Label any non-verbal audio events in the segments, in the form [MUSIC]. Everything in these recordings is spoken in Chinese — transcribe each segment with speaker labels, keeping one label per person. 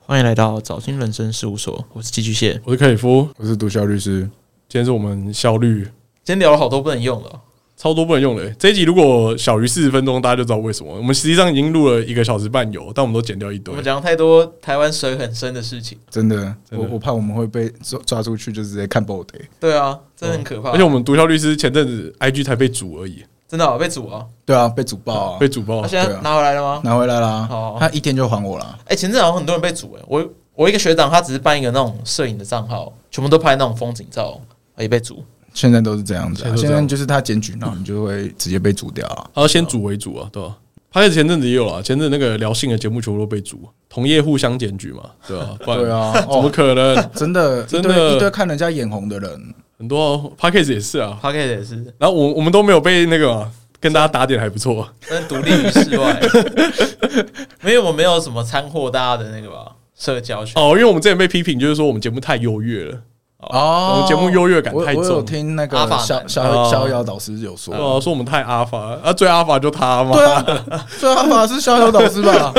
Speaker 1: 欢迎来到早金人生事务所，我是寄居蟹。
Speaker 2: 我是克里夫，
Speaker 3: 我是毒枭律师，
Speaker 2: 今天是我们效率
Speaker 1: 今天聊了好多不能用的哦，
Speaker 2: 超多不能用的、这一集如果小于四十分钟，大家就知道为什么。我们实际上已经录了一个小时半有，但我们都剪掉一
Speaker 1: 我
Speaker 2: 堆
Speaker 1: 们。讲太多台湾水很深的事情。
Speaker 3: 真的，
Speaker 2: 真的
Speaker 3: 我我怕我们会被抓抓出去，就直接看 b o d
Speaker 1: 对啊，真的很可怕。
Speaker 2: 而且我们毒枭律师前阵子 IG 才被煮而已，
Speaker 1: 真的、哦、被阻啊！
Speaker 3: 对啊，被主爆啊
Speaker 2: 被，煮爆
Speaker 1: 他、。现
Speaker 3: 对
Speaker 1: 在
Speaker 3: 啊
Speaker 1: 拿回来了吗？
Speaker 3: 拿回来啦
Speaker 1: 好，
Speaker 3: 他一天就还我啦。
Speaker 1: 哎、前阵好像很多人被阻哎、我我一个学长，他只是办一个那种摄影的账号，全部都拍那种风景照，也被阻。
Speaker 3: 现在都是这样子
Speaker 2: 现
Speaker 3: 啊，
Speaker 2: 在都这
Speaker 3: 现
Speaker 2: 样
Speaker 3: 在就是他检举，然后你就会直接被煮掉啊。
Speaker 2: 他要先煮为主啊，对吧、他开始前阵子也有啊，前阵子那个聊性的节目全部都被煮，同业互相检举嘛，
Speaker 1: [LAUGHS]
Speaker 2: 对吧、不然
Speaker 3: 对啊，
Speaker 2: 怎么
Speaker 3: 哦，
Speaker 2: 可能？
Speaker 3: 真的，
Speaker 2: 真
Speaker 3: 一
Speaker 2: 的
Speaker 3: 堆一堆看人家眼红的人，
Speaker 2: 很多、啊、p a c k a g e 也是啊，
Speaker 1: 他可以也是，
Speaker 2: 然后我我们都没有被那个嘛、跟大家打点还不错，
Speaker 1: 但是独立于世 [LAUGHS] 外，没有我没有什么掺和大家的那个吧社交圈。
Speaker 2: 哦，因为我们之前被批评，就是说我们节目太优越了，我
Speaker 3: 哦
Speaker 2: 们节目优越感
Speaker 3: 我
Speaker 2: 太
Speaker 3: 哦我有
Speaker 2: 重。
Speaker 3: 听那个
Speaker 1: 阿法男
Speaker 3: 逍
Speaker 2: 哦
Speaker 3: 逍逍遥导师有说
Speaker 2: 对，啊，说我们太阿法啊，最阿法就他嘛。
Speaker 3: 对啊，最阿法是逍遥导师吧？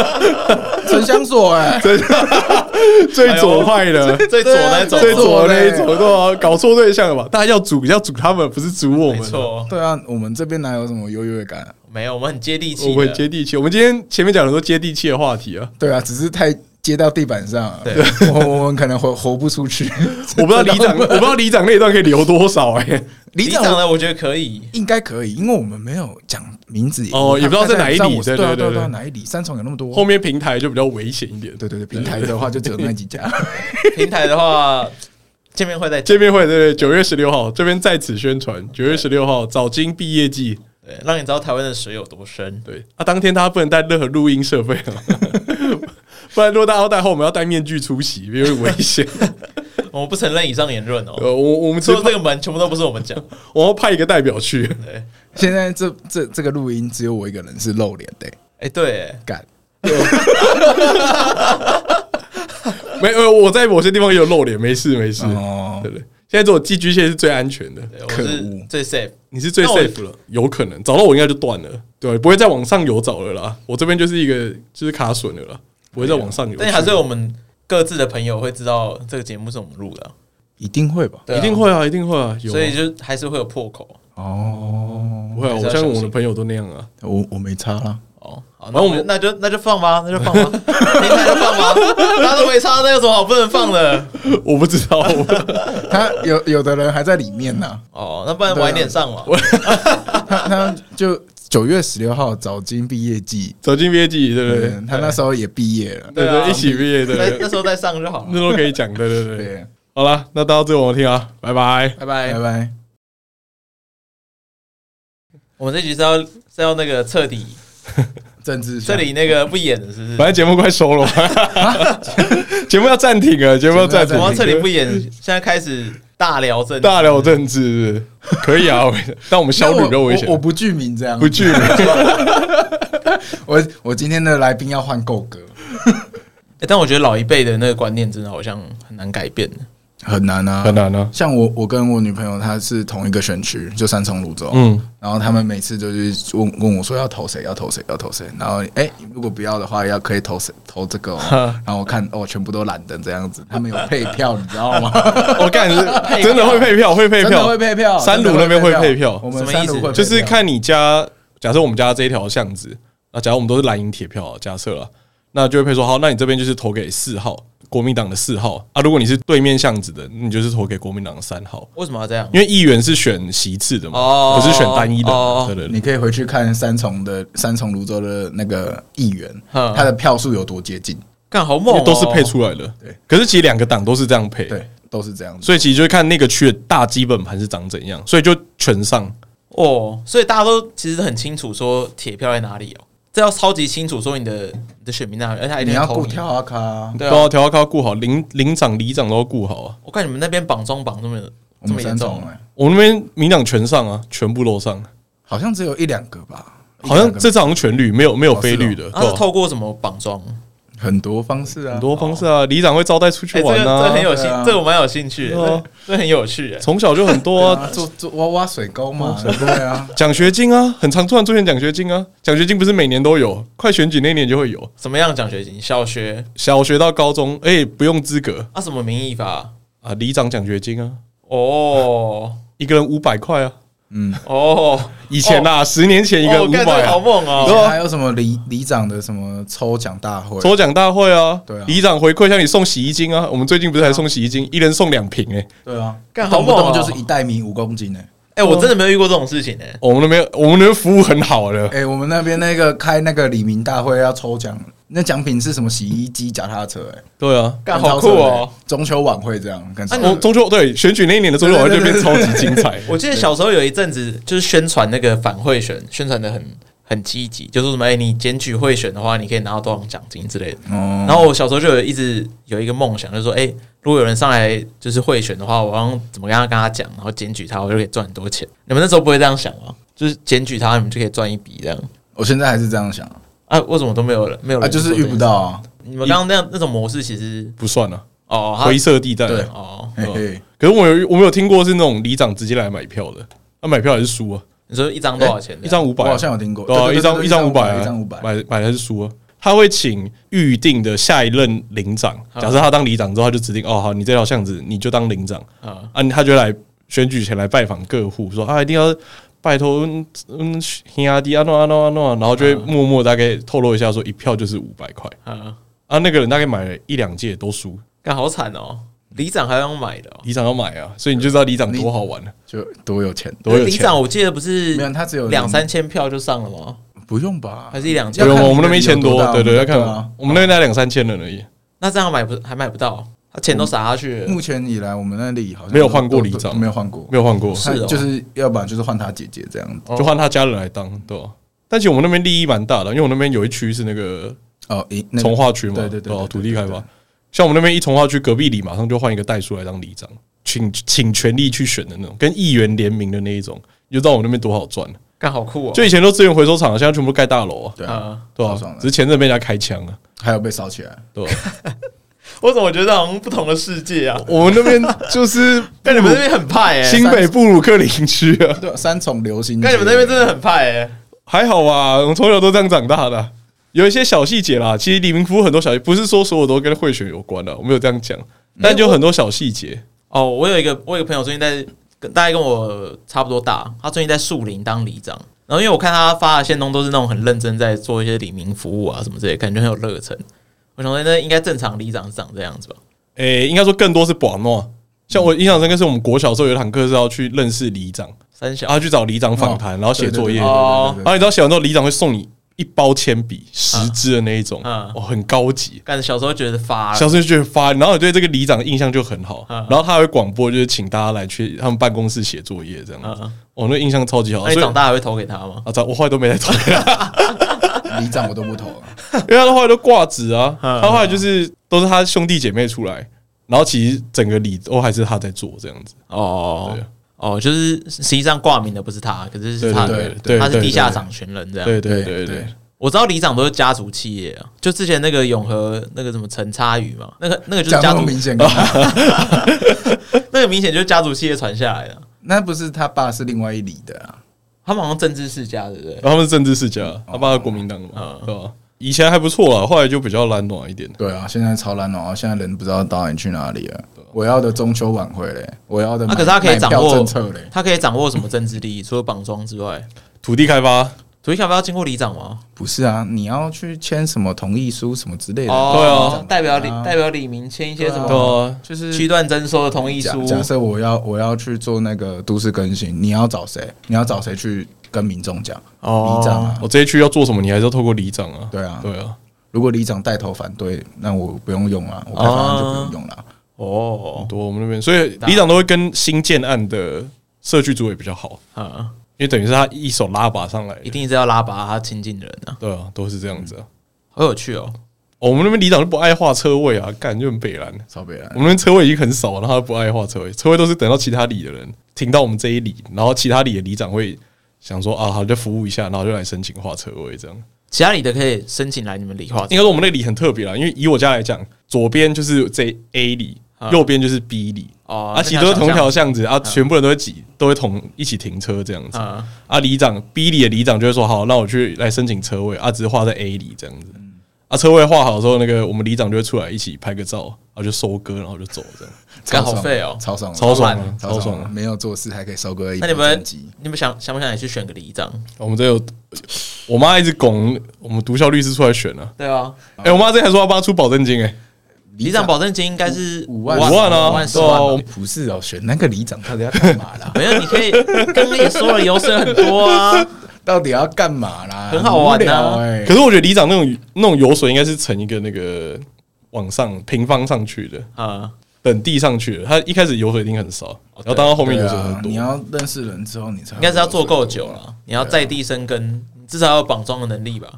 Speaker 3: 沉香锁哎，
Speaker 2: [LAUGHS] 最左派的，
Speaker 1: 最左那种，
Speaker 2: [LAUGHS] 最左那一
Speaker 3: 最
Speaker 2: 种，
Speaker 3: 左
Speaker 2: 对啊，搞错对象了吧？大家要组要组他们，不是组我
Speaker 1: 没
Speaker 2: 们。
Speaker 1: 错，
Speaker 3: 对啊，我们这边哪有什么优越感？啊
Speaker 1: 没有，我们很接地气
Speaker 2: 我
Speaker 1: 的，
Speaker 2: 们接地气。我们今天前面讲了很多接地气的话题啊，
Speaker 3: 对啊，只是太接到地板上了，
Speaker 1: 对
Speaker 3: [LAUGHS] 我我们可能活活不出去。
Speaker 2: [LAUGHS] 我
Speaker 3: [LAUGHS]
Speaker 2: 不知道里长，我不知道里长那一段可以留多少哎。
Speaker 3: 里
Speaker 1: 长
Speaker 3: 长
Speaker 1: 呢，我觉得可以。
Speaker 3: 应该可以，因为我们没有讲名字
Speaker 2: 哦也不知道在哪一里
Speaker 3: 我
Speaker 2: 对
Speaker 3: 对啊
Speaker 2: 对
Speaker 3: 对啊
Speaker 2: 对
Speaker 3: 啊哪一里？三重有那么多
Speaker 2: 后，面平台就比较危险一点，
Speaker 3: 对对对，平台的话就只有那几
Speaker 2: [LAUGHS]
Speaker 3: 家。
Speaker 1: 平台的话，见面会再见，
Speaker 2: 见面会对对，九月十六号这边在此宣传，九月十六号早金毕业季，
Speaker 1: 对，让你知道台湾的水有多深。
Speaker 2: 对，啊，当天大家不能带任何录音设备啊， [LAUGHS] 不然如果大家要带后，我们要戴面具出席，因为危
Speaker 3: [LAUGHS]
Speaker 2: 险。
Speaker 1: 我们不承认以上言论哦。
Speaker 2: 呃，我我们只
Speaker 1: 出了这个门，全部都不是我们讲。
Speaker 2: 我要派一个代表去， [LAUGHS]
Speaker 1: 对，
Speaker 3: 现在这这这个录音只有我一个人是露脸的，
Speaker 1: 哎，对，
Speaker 3: 干
Speaker 2: 没呃，我在某些地方也有露脸，没事没事，
Speaker 3: 哦
Speaker 2: 对不对？现在这种寄居蟹是最安全的，
Speaker 1: 对我
Speaker 3: 可恶
Speaker 1: 是最 safe。
Speaker 2: 你是最
Speaker 1: 那我
Speaker 2: safe 了，有可能找到我应该就断了，对，不会再往上游找了啦。我这边就是一个就是卡损了啦，不会再往上游去了。
Speaker 1: 哎但还是我们各自的朋友会知道这个节目是我们录的啊，
Speaker 3: 一定会吧？
Speaker 1: 对啊
Speaker 2: 一定，会啊，一定会啊，有啊
Speaker 1: 所以就还是会有破口
Speaker 3: 哦，
Speaker 2: 不会啊，
Speaker 1: 还
Speaker 2: 我
Speaker 1: 是要
Speaker 2: 相信
Speaker 1: 小
Speaker 2: 我
Speaker 1: 心
Speaker 2: 的朋友都那样啊。 [LAUGHS]
Speaker 3: 我我没差啦，
Speaker 1: 哦。好，
Speaker 2: 反
Speaker 1: 那
Speaker 2: 正
Speaker 1: 我
Speaker 2: 我
Speaker 1: 们
Speaker 2: 们
Speaker 1: 那就那就放吧，那就放吧，平台就放吧，大家都没差，那有什么好不能放的？
Speaker 2: 我不知道，
Speaker 1: [LAUGHS]
Speaker 3: 他有有的人还在里面呢，
Speaker 1: 哦，那不然晚一点上嘛。
Speaker 3: 他他就九月十六号早金毕业季，
Speaker 2: 走进毕业季，对不对？
Speaker 3: 嗯，他那时候也毕业了，
Speaker 2: 对
Speaker 1: 对啊
Speaker 2: 对，一起毕业，对
Speaker 1: 那 [LAUGHS] 那
Speaker 2: 对，
Speaker 1: 时候再上就好了。
Speaker 2: 那都可以讲，对对对。
Speaker 3: 对，
Speaker 2: 好啦，那到这我们听啊，拜拜。
Speaker 1: 拜拜
Speaker 3: 拜。拜。
Speaker 1: 我们这局是要是要那个彻底
Speaker 3: 政治
Speaker 1: 这里那个不演了，是
Speaker 2: [LAUGHS]
Speaker 1: 不是？
Speaker 2: 反正节目快收了吧， [LAUGHS] 节目要暂停了，节目要暂 [LAUGHS] 停。
Speaker 1: 我们彻底不演，现在开始大聊政治
Speaker 2: 大聊政治是不是可以啊，我但我们小
Speaker 3: 那
Speaker 2: 吕
Speaker 3: 我
Speaker 2: 比较危险
Speaker 3: 我，我不具名这样
Speaker 2: 不。去。
Speaker 3: 我我今天的来宾要换够格，
Speaker 1: 欸但我觉得老一辈的那个观念真的好像很难改变。
Speaker 3: 很难啊，
Speaker 2: 很。难啊。
Speaker 3: 像我，我跟我女朋友她是同一个选区，就三重泸州。
Speaker 2: 嗯，
Speaker 3: 然后他们每次就是问问我说要投谁，要投谁，要投谁。然后哎、如果不要的话，要可以投谁，投这个、哦。然后我看哦，全部都懒得这样子，他们有配票，你知道吗？
Speaker 2: [LAUGHS] 我干是真的会配票， [LAUGHS] 会配
Speaker 3: 真的
Speaker 2: 票
Speaker 3: 会，配票，
Speaker 2: 三
Speaker 3: 真
Speaker 2: 鲁
Speaker 3: 的
Speaker 2: 那边会配票
Speaker 3: 我们三
Speaker 1: 什么
Speaker 3: 鲁
Speaker 1: 意思
Speaker 3: 会配票
Speaker 2: 就是看你家。假设我们家这一条巷子，啊，假如我们都是蓝银铁票啊，假设啊，那就会配说好，那你这边就是投给四号国民党的四号啊。如果你是对面巷子的，你就是投给国民党的三号，
Speaker 1: 为什么要这样？
Speaker 2: 因为议员是选席次的嘛，
Speaker 1: 哦
Speaker 2: 不是选单一的
Speaker 1: 哦
Speaker 2: 嘛。对对对
Speaker 3: 你可以回去看三重的三重泸州的那个议员，
Speaker 1: 嗯
Speaker 3: 他的票数有多接近，
Speaker 1: 干好猛
Speaker 2: 因
Speaker 1: 哦、
Speaker 2: 为都是配出来的
Speaker 3: 对。
Speaker 2: 可是其实两个党都是这样配，
Speaker 3: 对，都是这样子。
Speaker 2: 所以其实就是看那个区的大基本盘是长怎样，所以就全上。
Speaker 1: 哦，所以大家都其实很清楚说铁票在哪里哦，这要超级清楚说你的你的选民那里，而且还一定
Speaker 3: 你要
Speaker 1: 投
Speaker 3: 顾跳啊卡啊，
Speaker 1: 对
Speaker 2: 都要
Speaker 1: 啊，
Speaker 2: 调高顾好，领领长、里长都要顾好啊。
Speaker 1: 我看你们那边绑中绑这么
Speaker 3: 我
Speaker 1: 这
Speaker 3: 们
Speaker 1: 么
Speaker 3: 三
Speaker 1: 严
Speaker 3: 重
Speaker 1: 重
Speaker 3: 哎、，
Speaker 2: 我们那边民党全上啊，全部都上，
Speaker 3: 好像只有一两个吧，
Speaker 2: 好像
Speaker 3: 一两个
Speaker 1: 啊
Speaker 2: 这次好像全绿，没有没有非绿的，
Speaker 1: 哦它是
Speaker 2: 对吧
Speaker 1: 透过什么绑桩？
Speaker 3: 很多方式啊，
Speaker 2: 很多方式啊，里长会招待出
Speaker 1: 哎、
Speaker 2: 去
Speaker 1: 这个
Speaker 2: 玩
Speaker 1: 这个
Speaker 2: 啊
Speaker 1: 很，有兴
Speaker 3: 对，啊
Speaker 1: 这个我蛮有兴趣的，
Speaker 2: 对啊
Speaker 1: 这这很有趣的。
Speaker 2: 从小就很多啊
Speaker 3: 啊，做做挖挖水沟嘛，对啊，
Speaker 2: 奖学金啊，很常突然出现奖学金啊，奖学金不是每年都有，快选举那年就会有，
Speaker 1: 怎么样奖学金？小学
Speaker 2: 小学到高中，哎、不用资格
Speaker 1: 啊？什么名义法？
Speaker 2: 啊，里长奖学金啊，
Speaker 1: 哦
Speaker 2: 一个人五百块啊，
Speaker 3: 嗯，
Speaker 1: 哦，
Speaker 2: 以前啊，十年前 [LAUGHS] 一个人
Speaker 1: 哦，
Speaker 2: 五
Speaker 1: 干
Speaker 2: 百
Speaker 1: 这好
Speaker 2: 啊，
Speaker 1: 梦
Speaker 3: 以
Speaker 1: 哦！
Speaker 3: 前还有什么里里长的什么抽奖大会，
Speaker 2: 抽奖大会啊
Speaker 3: 对啊，
Speaker 2: 里长回馈向你送洗衣精啊，我们最近不是还送洗衣精，一人送两瓶哎、
Speaker 3: 对啊，
Speaker 1: 干好
Speaker 3: 动不
Speaker 1: 猛哦
Speaker 3: 动就是一袋米五公斤呢。
Speaker 1: 哎、我真的没有遇过这种事情呢、欸
Speaker 2: 我们那边我们那边服务很好欸
Speaker 3: [LAUGHS]
Speaker 2: 的，
Speaker 3: 哎，我们那边那个开那个李明大会要抽奖，那奖品是什么？洗衣机、脚踏车，哎，
Speaker 2: 对啊，
Speaker 1: 干
Speaker 3: 很
Speaker 1: 好
Speaker 3: 超
Speaker 1: 酷
Speaker 3: 扯的
Speaker 1: 哦！！
Speaker 3: 中秋晚会这样，干超
Speaker 2: 中中秋对选举那一年的中秋晚会就变超级精彩，
Speaker 3: 嗯
Speaker 1: 我记得小时候有一阵子就是宣传那个反贿选，宣传的很很积极，就是什么哎、你检举贿选的话，你可以拿到多少奖金之类的。
Speaker 3: 哦
Speaker 1: 然后我小时候就有一直有一个梦想，就是说，哎、如果有人上来就是贿选的话，我要怎么跟他跟他讲，然后检举他，我就可以赚很多钱。你们那时候不会这样想吗？就是检举他，你们就可以赚一笔这样
Speaker 3: 我现在还是这样想
Speaker 1: 啊？为什么都没有人没有
Speaker 3: 啊，
Speaker 1: 人、
Speaker 3: 就是遇不。到啊，
Speaker 1: 你们刚刚那样那种模式，其实
Speaker 2: 不算啊，
Speaker 1: 哦，他
Speaker 2: 灰色地带啊。
Speaker 3: 对
Speaker 1: 哦，
Speaker 3: 嘿嘿，
Speaker 2: 可是我有我们有听过是那种里长直接来买票的，他买票还是输啊，
Speaker 1: 你说一张多少钱？
Speaker 2: 一张五
Speaker 3: 我
Speaker 2: 百，
Speaker 3: 好像有听过，
Speaker 2: 对啊，
Speaker 3: 对对
Speaker 2: 一
Speaker 3: 对
Speaker 2: 张
Speaker 3: 对
Speaker 2: 一张五百啊，
Speaker 3: 一张五百，
Speaker 2: 买买还是输啊。他会请预定的下一任领长，
Speaker 1: 好
Speaker 2: 假设他当里长之后，他就指定哦，好，你这条巷子你就当领长
Speaker 1: 啊，
Speaker 2: 啊，他就来选举前来拜访各户，说啊，一定要拜托嗯嗯兄弟啊诺啊诺啊诺，然后就会默默大概透露一下说一票就是五百块
Speaker 1: 嗯，
Speaker 2: 啊，那个人大概买了一两届都输，
Speaker 1: 干好惨哦，里长还要买的哦。
Speaker 2: 里长要买啊，所以你就知道里长多好玩了、
Speaker 3: 就多有钱，
Speaker 2: 多有
Speaker 1: 里
Speaker 2: 钱
Speaker 1: 长我记得不是
Speaker 3: 没有他只有啊
Speaker 1: 两三千票就上了吗？
Speaker 3: 呃不用吧
Speaker 1: 还？是一两
Speaker 2: 不
Speaker 1: 千
Speaker 3: 要？
Speaker 2: 用，啊
Speaker 3: 看
Speaker 2: 我们那边一
Speaker 3: 你的
Speaker 2: 千
Speaker 3: 有多
Speaker 2: 多，
Speaker 3: 大
Speaker 2: 对对，要
Speaker 3: 对
Speaker 2: 看
Speaker 3: 啊
Speaker 2: 我们那边才两三千人而已，
Speaker 1: 那这样买不还买不到？他钱都撒下去了。
Speaker 3: 目前以来，我们那里好像
Speaker 2: 没有换过
Speaker 3: 都
Speaker 2: 里长
Speaker 3: 都没有换过，
Speaker 2: 没有换过，
Speaker 1: 是哦
Speaker 3: 就是要不然就是换他姐姐这样子。
Speaker 2: 就换他家人来当，对吧？但其实我们那边利益蛮大的，因为我那边有一区是那个
Speaker 3: 哦，一那个
Speaker 2: 从化区嘛，
Speaker 3: 对对对
Speaker 2: 吧
Speaker 3: 对对
Speaker 2: 土地开
Speaker 3: 对
Speaker 2: 发
Speaker 3: 对。
Speaker 2: 像我们那边一从化区隔壁里，马上就换一个代书来当里长，请请全力去选的那种，跟议员联名的那一种，你就知道我们那边多好赚了。
Speaker 1: 干好酷哦！
Speaker 2: 就以前都资源回收厂，现在全部盖大楼啊，
Speaker 3: 对啊，
Speaker 1: 啊，
Speaker 2: 对吧、
Speaker 3: 超爽的
Speaker 2: 只是前阵被人家开枪啊，
Speaker 3: 还有被烧起来，
Speaker 2: 对吧、
Speaker 3: [LAUGHS]
Speaker 1: 我怎么觉得好像不同的世界啊？
Speaker 2: 我们那边就是
Speaker 1: 但你们那边很派哎，
Speaker 2: 嗯新北布鲁克林区啊，
Speaker 3: [LAUGHS] 对啊，三重流行街，
Speaker 1: 但你们那边真的很派哎。
Speaker 2: 还好吧，我们从小都这样长大的啊、有一些小细节啦。其实李明夫很多小细，不是说所有都跟贿选有关的、我没有这样讲，但就很多小细节。
Speaker 1: 哦，我有一个我有一个朋友最近在跟大概跟我差不多大，他最近在树林当里长。然后因为我看他发的线东都是那种很认真在做一些里民服务啊什么之类，感觉很有热忱。我想说，那应该正常里长是长这样子吧？
Speaker 2: 诶、应该说更多是寡诺。像我印象深刻，是我们国小时候有一堂课是要去认识里长，
Speaker 1: 三小
Speaker 2: 然后去找里长访谈，然后写作业。
Speaker 1: 哦
Speaker 2: 然后你知道写完之后，里长会送你一包铅笔，十支的那一种，
Speaker 1: 嗯
Speaker 2: 哦，很高级。
Speaker 1: 干小时候觉得发了
Speaker 2: 小时候就觉得发，然后你对这个里长的印象就很好，
Speaker 1: 嗯
Speaker 2: 然后他还会广播，就是请大家来去他们办公室写作业这样子
Speaker 1: 嗯。
Speaker 2: 哦，那印象超级好。
Speaker 1: 那你
Speaker 2: 所以
Speaker 1: 长大还会投给他吗？
Speaker 2: 啊，咋我后来都没 [LAUGHS] 来投给他，
Speaker 1: 哦
Speaker 3: 对里长我都不投啊，
Speaker 2: 因为他的后来都挂职啊，
Speaker 1: 嗯
Speaker 2: 他后来就是都是他兄弟姐妹出来，然后其实整个里都还是他在做这样子，
Speaker 1: 哦
Speaker 2: 对
Speaker 1: 哦，就是实际上挂名的不是他，可是是他
Speaker 2: 对
Speaker 1: 的
Speaker 2: 对对
Speaker 1: 他是
Speaker 2: 对
Speaker 1: 地下
Speaker 2: 对
Speaker 1: 掌权人这样。
Speaker 2: 对啊对对
Speaker 3: 对
Speaker 2: 对
Speaker 3: 对，
Speaker 1: 我知道里长都是家族企业啊，就之前那个永和那个什么陈差宇嘛，那个那个 [LAUGHS] 就是
Speaker 3: 讲
Speaker 1: 家
Speaker 3: 那
Speaker 1: 族
Speaker 3: 么明显
Speaker 2: 哦
Speaker 3: 干嘛，
Speaker 1: [LAUGHS] 那个明显就是家族企业传下来的。
Speaker 3: [LAUGHS] 那不是他爸是另外一里的啊，
Speaker 1: 他们好像政治世家，对不对
Speaker 2: 然？后他们是政治世家，他爸是国民党的嘛，对吧？以前还不错啊啦，后来就比较懒惰一点。
Speaker 3: 对啊，现在超烂哦，现在人不知道导演去哪里了。我要的中秋晚会嘞，我要的
Speaker 1: 那、
Speaker 3: 买
Speaker 1: 啊可是他可以掌
Speaker 3: 买票
Speaker 1: 握
Speaker 3: 政策嘞，，
Speaker 1: 他可以掌握什么政治利益？除了绑桩之外，
Speaker 2: 土地开发，
Speaker 1: 土地开发要经过里长吗？
Speaker 3: 不是啊，你要去签什么同意书什么之类的，
Speaker 1: 哦
Speaker 2: 对啊
Speaker 1: 代表李代表李明签一些什
Speaker 2: 对
Speaker 1: 么
Speaker 2: 啊，
Speaker 3: 就是
Speaker 1: 区段征收的同意
Speaker 3: 假
Speaker 1: 书，
Speaker 3: 假设我要我要去做那个都市更新，你要找谁？你要找谁去跟民众讲？
Speaker 1: 哦
Speaker 3: 里长啊，
Speaker 2: 我这一区要做什么，你还是要透过里长啊。
Speaker 3: 对啊
Speaker 2: 对啊，
Speaker 3: 如果里长带头反对，那我不用用了，我开发案就不用用了。
Speaker 2: 很
Speaker 1: 哦，
Speaker 2: 多我们那边，所以里长都会跟新建案的社区组也比较好，
Speaker 1: 啊，
Speaker 2: 因为等于是他一手拉拔上来的
Speaker 1: 一定是要拉拔他亲近的人啊，
Speaker 2: 对啊，都是这样子啊。
Speaker 1: 好有趣哦。
Speaker 2: 哦我们那边里长就不爱画车位啊，干就很北蓝。
Speaker 3: 超北
Speaker 2: 我
Speaker 3: 兰，
Speaker 2: 们那边车位已经很少了，然后他不爱画车位，车位都是等到其他里的人停到我们这一里，然后其他里的里长会想说啊，好就服务一下，然后就来申请画车位这样。
Speaker 1: 其他里的可以申请来你们理化
Speaker 2: 应该说我们那里很特别啦，因为以我家来讲，左边就是这 A 里
Speaker 1: 啊，
Speaker 2: 右边就是 B 里，
Speaker 1: 哦
Speaker 2: 啊，其实都是同一条巷子啊，全部人都会挤，都会同一起停车这样子。
Speaker 1: 啊
Speaker 2: 啊，里长 B 里的里长就会说好，那我去来申请车位，啊，只是画在 A 里这样子。啊，车位画好之后，那个我们里长就会出来一起拍个照，然后就收割，然后就走 [LAUGHS] 这样。
Speaker 1: 干好
Speaker 3: 超爽
Speaker 1: 废哦
Speaker 3: 超爽的，
Speaker 2: 超爽的
Speaker 3: 的
Speaker 2: 超
Speaker 3: 超
Speaker 2: 爽
Speaker 3: 爽
Speaker 2: 的
Speaker 3: 的，没有做事还可以收割一
Speaker 1: 那
Speaker 3: 波
Speaker 1: 你们
Speaker 3: 成绩。
Speaker 1: 你们想想不想也去选个里长？
Speaker 2: 我们这有，我妈一直拱我们毒枭律师出来选啊。
Speaker 1: 对啊，
Speaker 2: 哎、我妈之前还说要帮她出保证金、哎，
Speaker 1: 里长保证金应该是
Speaker 3: 五万
Speaker 2: 五万啊
Speaker 1: 五万十
Speaker 2: 对啊
Speaker 1: 万吧。
Speaker 2: 我
Speaker 3: 不是哦，选那个里长到底要干嘛啦？
Speaker 1: 没有，你可以刚刚也说了，油水很多啊。 [LAUGHS]
Speaker 3: 到底要干嘛啦？
Speaker 1: 很好玩啊
Speaker 3: 无聊欸
Speaker 2: 可是我觉得里长那种那种油水应该是乘一个那个往上平方上去的，
Speaker 1: 啊，
Speaker 2: 等地上去的。他一开始油水一定很少，
Speaker 1: 哦
Speaker 2: 然后当到后面油水很
Speaker 3: 对啊你
Speaker 2: 多。
Speaker 3: 要认识人之后，你才
Speaker 1: 应该是要做够久，了，你要在地生根，你至少要有绑桩的能力吧？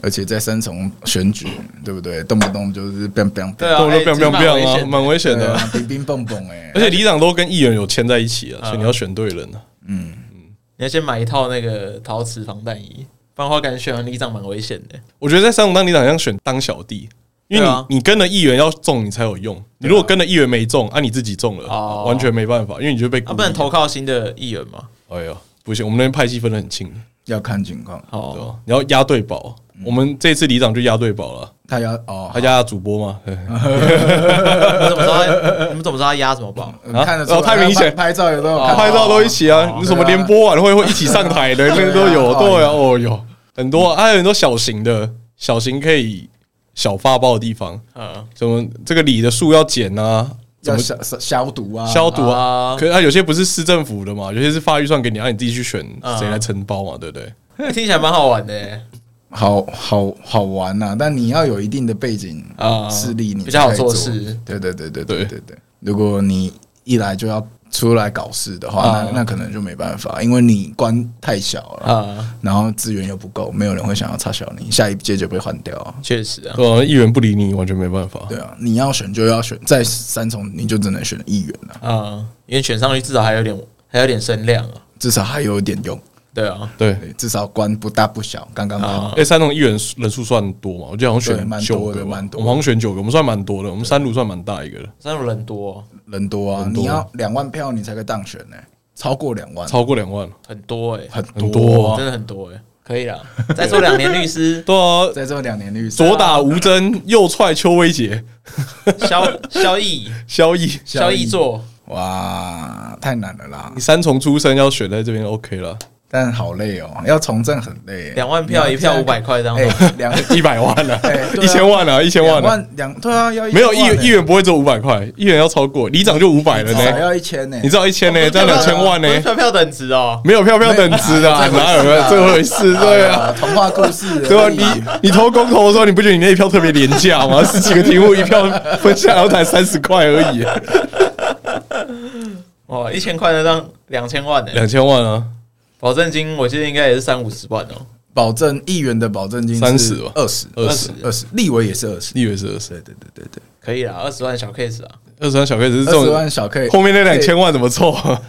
Speaker 3: 而且在三重选举，对不对？动不动就是变变
Speaker 1: 对啊，
Speaker 2: 动
Speaker 1: 哎
Speaker 2: 作 biang
Speaker 1: 这
Speaker 2: biang
Speaker 1: 蛮危
Speaker 2: biang 啊，
Speaker 1: 险的
Speaker 2: 蛮危险
Speaker 3: 对
Speaker 2: 的啊。
Speaker 3: 啊，冰冰蹦蹦
Speaker 1: [LAUGHS]
Speaker 3: 哎
Speaker 2: 而，且里长都跟议员有牵在一起
Speaker 1: 嗯
Speaker 2: 啊，所以你要选对人啊。
Speaker 1: 你要先买一套那个陶瓷防弹衣，不然的话感觉选完里长蛮危险的。
Speaker 2: 我觉得在三重当里长像选当小弟，因为
Speaker 1: 对啊
Speaker 2: 你你跟了议员要中你才有用，你如果跟了议员没中，啊你自己中了
Speaker 1: 哦，
Speaker 2: 完全没办法，因为你就被
Speaker 1: 啊，
Speaker 2: 孤
Speaker 1: 不能
Speaker 2: 立。
Speaker 1: 投靠新的议员嘛？
Speaker 2: 哎呀，不行，我们那边派系分得很清，
Speaker 3: 要看情况。
Speaker 2: 对
Speaker 1: 哦，
Speaker 2: 吧？你要压对宝，
Speaker 1: 嗯
Speaker 2: 我们这次里长就压对宝了，
Speaker 3: 他要
Speaker 1: 啊
Speaker 3: 哦
Speaker 2: 他，压主播嘛。对
Speaker 1: [LAUGHS] 你们怎么知道他？你们怎么知道他压什么宝？
Speaker 3: 嗯看得出
Speaker 2: 哦
Speaker 3: 来，
Speaker 2: 太明显
Speaker 3: 他拍照有时候
Speaker 1: 哦
Speaker 3: 看
Speaker 2: 拍照都一起啊，你什么联播晚会会一起上台
Speaker 3: [LAUGHS]
Speaker 2: 的，那个都有，
Speaker 3: 哦对啊
Speaker 2: 对啊，哦有很多，还有很多小型的，小型可以小发包的地方，
Speaker 1: 嗯，
Speaker 2: 什么这个里的树要剪啊，怎
Speaker 3: 要
Speaker 2: 么
Speaker 3: 消消消毒啊，
Speaker 2: 消毒啊？
Speaker 1: 啊
Speaker 2: 可啊，有些不是市政府的嘛，有些是发预算给你，让你自己去选
Speaker 1: 啊
Speaker 2: 谁来承包嘛，对不对？
Speaker 1: 哎听起来蛮好玩的
Speaker 3: 好好好玩呐、但你要有一定的背景
Speaker 1: 啊
Speaker 3: 势力，你
Speaker 1: 比较好
Speaker 3: 才可以
Speaker 1: 做
Speaker 3: 做
Speaker 1: 事。
Speaker 3: 对对对
Speaker 2: 对
Speaker 3: 对对对对，如果你一来就要出来搞事的话，
Speaker 2: 啊
Speaker 3: 那那可能就没办法，因为你官太小了，
Speaker 1: 啊，
Speaker 3: 然后资源又不够，没有人会想要插小你，下一届就被换掉啊。
Speaker 1: 确实啊，
Speaker 2: 呃，议员不理你，完全没办法。
Speaker 3: 对啊，你要选就要选，在三重你就只能选议员了、
Speaker 1: 啊，因为选上去至少还有点还有点声量啊，
Speaker 3: 至少还有一点用，
Speaker 1: 对啊，
Speaker 2: 对，
Speaker 3: 对，至少官不大不小，刚刚好。
Speaker 1: 啊
Speaker 2: 哎，三种议员人数算多嘛？我记得好像
Speaker 3: 对
Speaker 2: 选
Speaker 3: 蛮
Speaker 2: 九
Speaker 3: 多的
Speaker 2: 个吧，
Speaker 3: 蛮多
Speaker 2: 我们好像选九个，我们算蛮多的，我们三卢算蛮大一个的，
Speaker 1: 三种人多哦
Speaker 3: 人多啊，
Speaker 2: 人多
Speaker 3: 你要两万票你才可以当选呢、超过两万，
Speaker 2: 超过两万。
Speaker 1: 很多哎，
Speaker 3: 很
Speaker 2: 很
Speaker 3: 多
Speaker 2: 多
Speaker 3: 啊、
Speaker 1: 真的很多哎，可以啦，再做两年律师
Speaker 2: [LAUGHS] ，对啊，
Speaker 3: 在这两年律师，
Speaker 2: 左打吴征，右踹邱威杰，
Speaker 1: 萧萧毅
Speaker 2: 萧毅，
Speaker 1: 萧毅做，
Speaker 3: 哇，太难了啦
Speaker 2: 你！三重出身要选在这边 OK 了，
Speaker 3: 但好累哦，要从政很累耶，
Speaker 1: 两万票
Speaker 3: 你
Speaker 1: 一
Speaker 3: 要这样
Speaker 1: 票五百块这样
Speaker 3: 哎，两
Speaker 2: 一百万啊
Speaker 3: 哎 [LAUGHS] 对，啊
Speaker 2: 一千万啊，一千
Speaker 3: 两
Speaker 2: 万啊，
Speaker 3: 万两对啊，要
Speaker 2: 没有议
Speaker 3: 一
Speaker 2: 员议员不会只有五百块，议员要超过，里长就五百了
Speaker 3: 至少
Speaker 2: 呢，
Speaker 3: 要一千呢
Speaker 2: 你，知道一千呢，这样两千万呢
Speaker 1: 不，是票票等值哦，
Speaker 2: 没有票票等值的啊，
Speaker 3: 没有
Speaker 2: 哪有这回事？
Speaker 3: 哎
Speaker 2: 对啊。，
Speaker 3: 童话故事
Speaker 2: [LAUGHS] 对啊，
Speaker 3: 而已
Speaker 2: 你你投公投的时候，你不觉得你那一票特别廉价
Speaker 3: [LAUGHS]
Speaker 2: 吗？十几个题目一票分下来，然后才三十块而已，
Speaker 1: 哦，一千块能让两千万呢，
Speaker 2: 两千万啊！
Speaker 1: 保证金我记得应该也是三五十万哦，
Speaker 3: 保证议员的保证金
Speaker 2: 30吧
Speaker 3: 二十
Speaker 2: 二十，
Speaker 3: 二十，立委也是二十，
Speaker 2: 你以为是二十？
Speaker 3: 对对对对对，
Speaker 1: 可以啦，二十万小 case 啊，
Speaker 2: 二十万小 K 只是这
Speaker 3: 二十
Speaker 2: 种
Speaker 3: 万小可以，
Speaker 2: 后面那两千万怎么凑啊？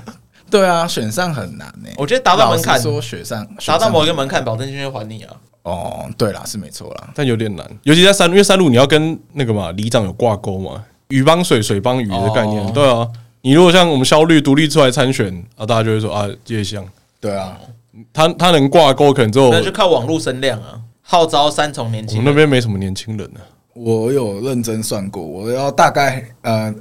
Speaker 3: 对啊，选上很难呢，
Speaker 1: 我觉得达到门
Speaker 3: 老
Speaker 1: 槛
Speaker 3: 实，说选上
Speaker 1: 达到某一个
Speaker 3: 选上
Speaker 1: 门槛，保证金就还你啊，
Speaker 3: 哦，对啦，是没错啦，
Speaker 2: 但有点难，尤其在山路，因为山路你要跟那个嘛里长有挂钩嘛，鱼帮水，水帮鱼的概念，
Speaker 1: 哦
Speaker 2: 对啊。你如果像我们肖律独立出来参选啊，大家就会说啊，叶香，
Speaker 3: 对啊，
Speaker 2: 他他能挂钩，可能只有我
Speaker 1: 那就
Speaker 2: 们
Speaker 1: 靠网络声量啊，号召三重年轻人
Speaker 2: 那边没什么年轻人呢、啊
Speaker 3: 我有认真算过，我要大概呃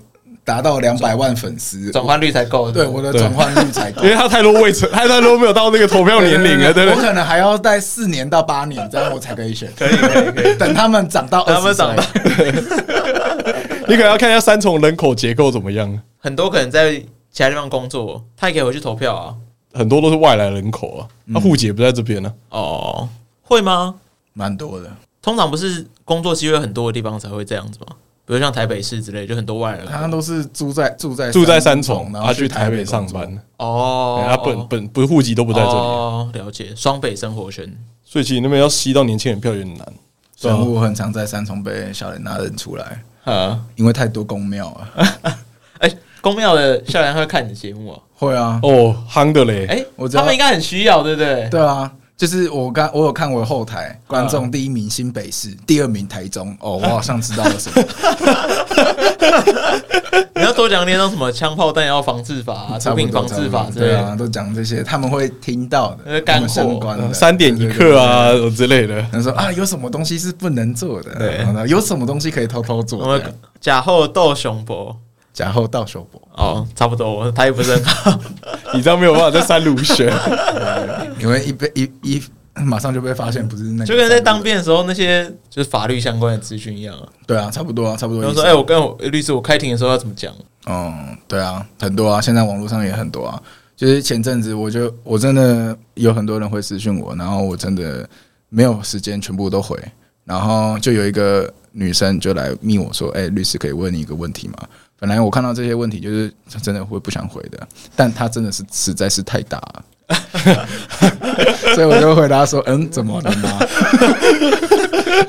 Speaker 3: 达到两百万粉丝，
Speaker 1: 转换率才够，
Speaker 3: 对我的
Speaker 2: 对
Speaker 3: 转换率才够
Speaker 2: 因。为他太多未成，他太多没有到那个投票年龄了，对不
Speaker 3: 我
Speaker 2: 对？
Speaker 3: 可能还要待四年到八年，这样我才可以选。
Speaker 1: 可以可以可以，
Speaker 3: 等他们长到
Speaker 1: 他
Speaker 3: 二
Speaker 1: 们
Speaker 3: 十岁
Speaker 1: 长，大，
Speaker 2: 你可能要看一下三重人口结构怎么样，
Speaker 1: 很多可能在其他地方工作，他也可以回去投票啊。
Speaker 2: 很多都是外来人口啊，那户籍也不在这边啊呢、
Speaker 1: 哦，会吗？
Speaker 3: 蛮多的。
Speaker 1: 通常不是工作机会很多的地方才会这样子吗？比如像台北市之类，就很多外人。
Speaker 3: 他都是住在住在
Speaker 2: 住在三重，
Speaker 3: 然
Speaker 2: 他、
Speaker 3: 后
Speaker 2: 去台北上
Speaker 3: 工作。
Speaker 2: 班，哎
Speaker 1: 哦，
Speaker 2: 啊他本本不是户籍都不在这里，啊
Speaker 1: 哦，了解，双北生活圈。
Speaker 2: 所以其实那边要吸到年轻人票有点难。啊
Speaker 3: 虽然我很常在三重被小人拿认出来，
Speaker 1: 啊，
Speaker 3: 因为太多公庙啊。
Speaker 1: 哎、公庙的校园会看你的节目啊？
Speaker 3: [LAUGHS] 会啊，
Speaker 2: 哦，夯的嘞，
Speaker 1: 哎、
Speaker 3: 我知道
Speaker 1: 他们应该很需要，对不对？
Speaker 3: 对啊，就是我刚我有看我的后
Speaker 1: 嗯
Speaker 3: 台观众第一名新北市，第二名台中，哦，我好像知道了什么，
Speaker 1: 你要多讲点像什么枪炮弹药防治法、 [LAUGHS] 啊、
Speaker 3: [LAUGHS] 差
Speaker 1: 毒
Speaker 3: 不
Speaker 1: 品
Speaker 3: 多
Speaker 1: 防治法
Speaker 3: 差不
Speaker 1: 之
Speaker 3: 多
Speaker 1: 类
Speaker 3: 对
Speaker 1: 的。
Speaker 3: 啊，都讲这些，他们会听到
Speaker 1: 呃
Speaker 3: 的，
Speaker 1: 干货
Speaker 3: 相
Speaker 1: [LAUGHS]
Speaker 3: 关的
Speaker 2: 三点一刻。啊之类的，
Speaker 3: 他说啊，有什么东西是不能做的？
Speaker 1: 对
Speaker 3: 然后呢有什么东西可以偷偷
Speaker 1: 我
Speaker 3: 做的？
Speaker 1: 们假后斗熊博
Speaker 3: 假后到手博，
Speaker 1: 哦，差不多，
Speaker 3: [LAUGHS]
Speaker 1: 我台语不是很好。
Speaker 2: 你这样没有办法在三鲁选。
Speaker 3: 因为一被一一马上就被发现不是那个，
Speaker 1: 就跟在当兵的时候那些就是法律相关的资讯一样啊。
Speaker 3: 对啊，差不多啊，差不多
Speaker 1: 比
Speaker 3: 意
Speaker 1: 如
Speaker 3: 思。
Speaker 1: 说，哎、我跟我律师，我开庭的时候要怎么
Speaker 3: [LAUGHS]
Speaker 1: 讲？
Speaker 3: 嗯，对啊，很多啊，现在网络上也很多啊。就是前阵子，我就我真的有很多人会私讯我，然后我真的没有时间全部都回，然后就有一个女生就来密我说：“哎、律师可以问你一个问题吗？”本来我看到这些问题，就是真的会不想回的，但她真的是实在是太大了， [LAUGHS] 所以我就回答说：“嗯，怎么了吗？”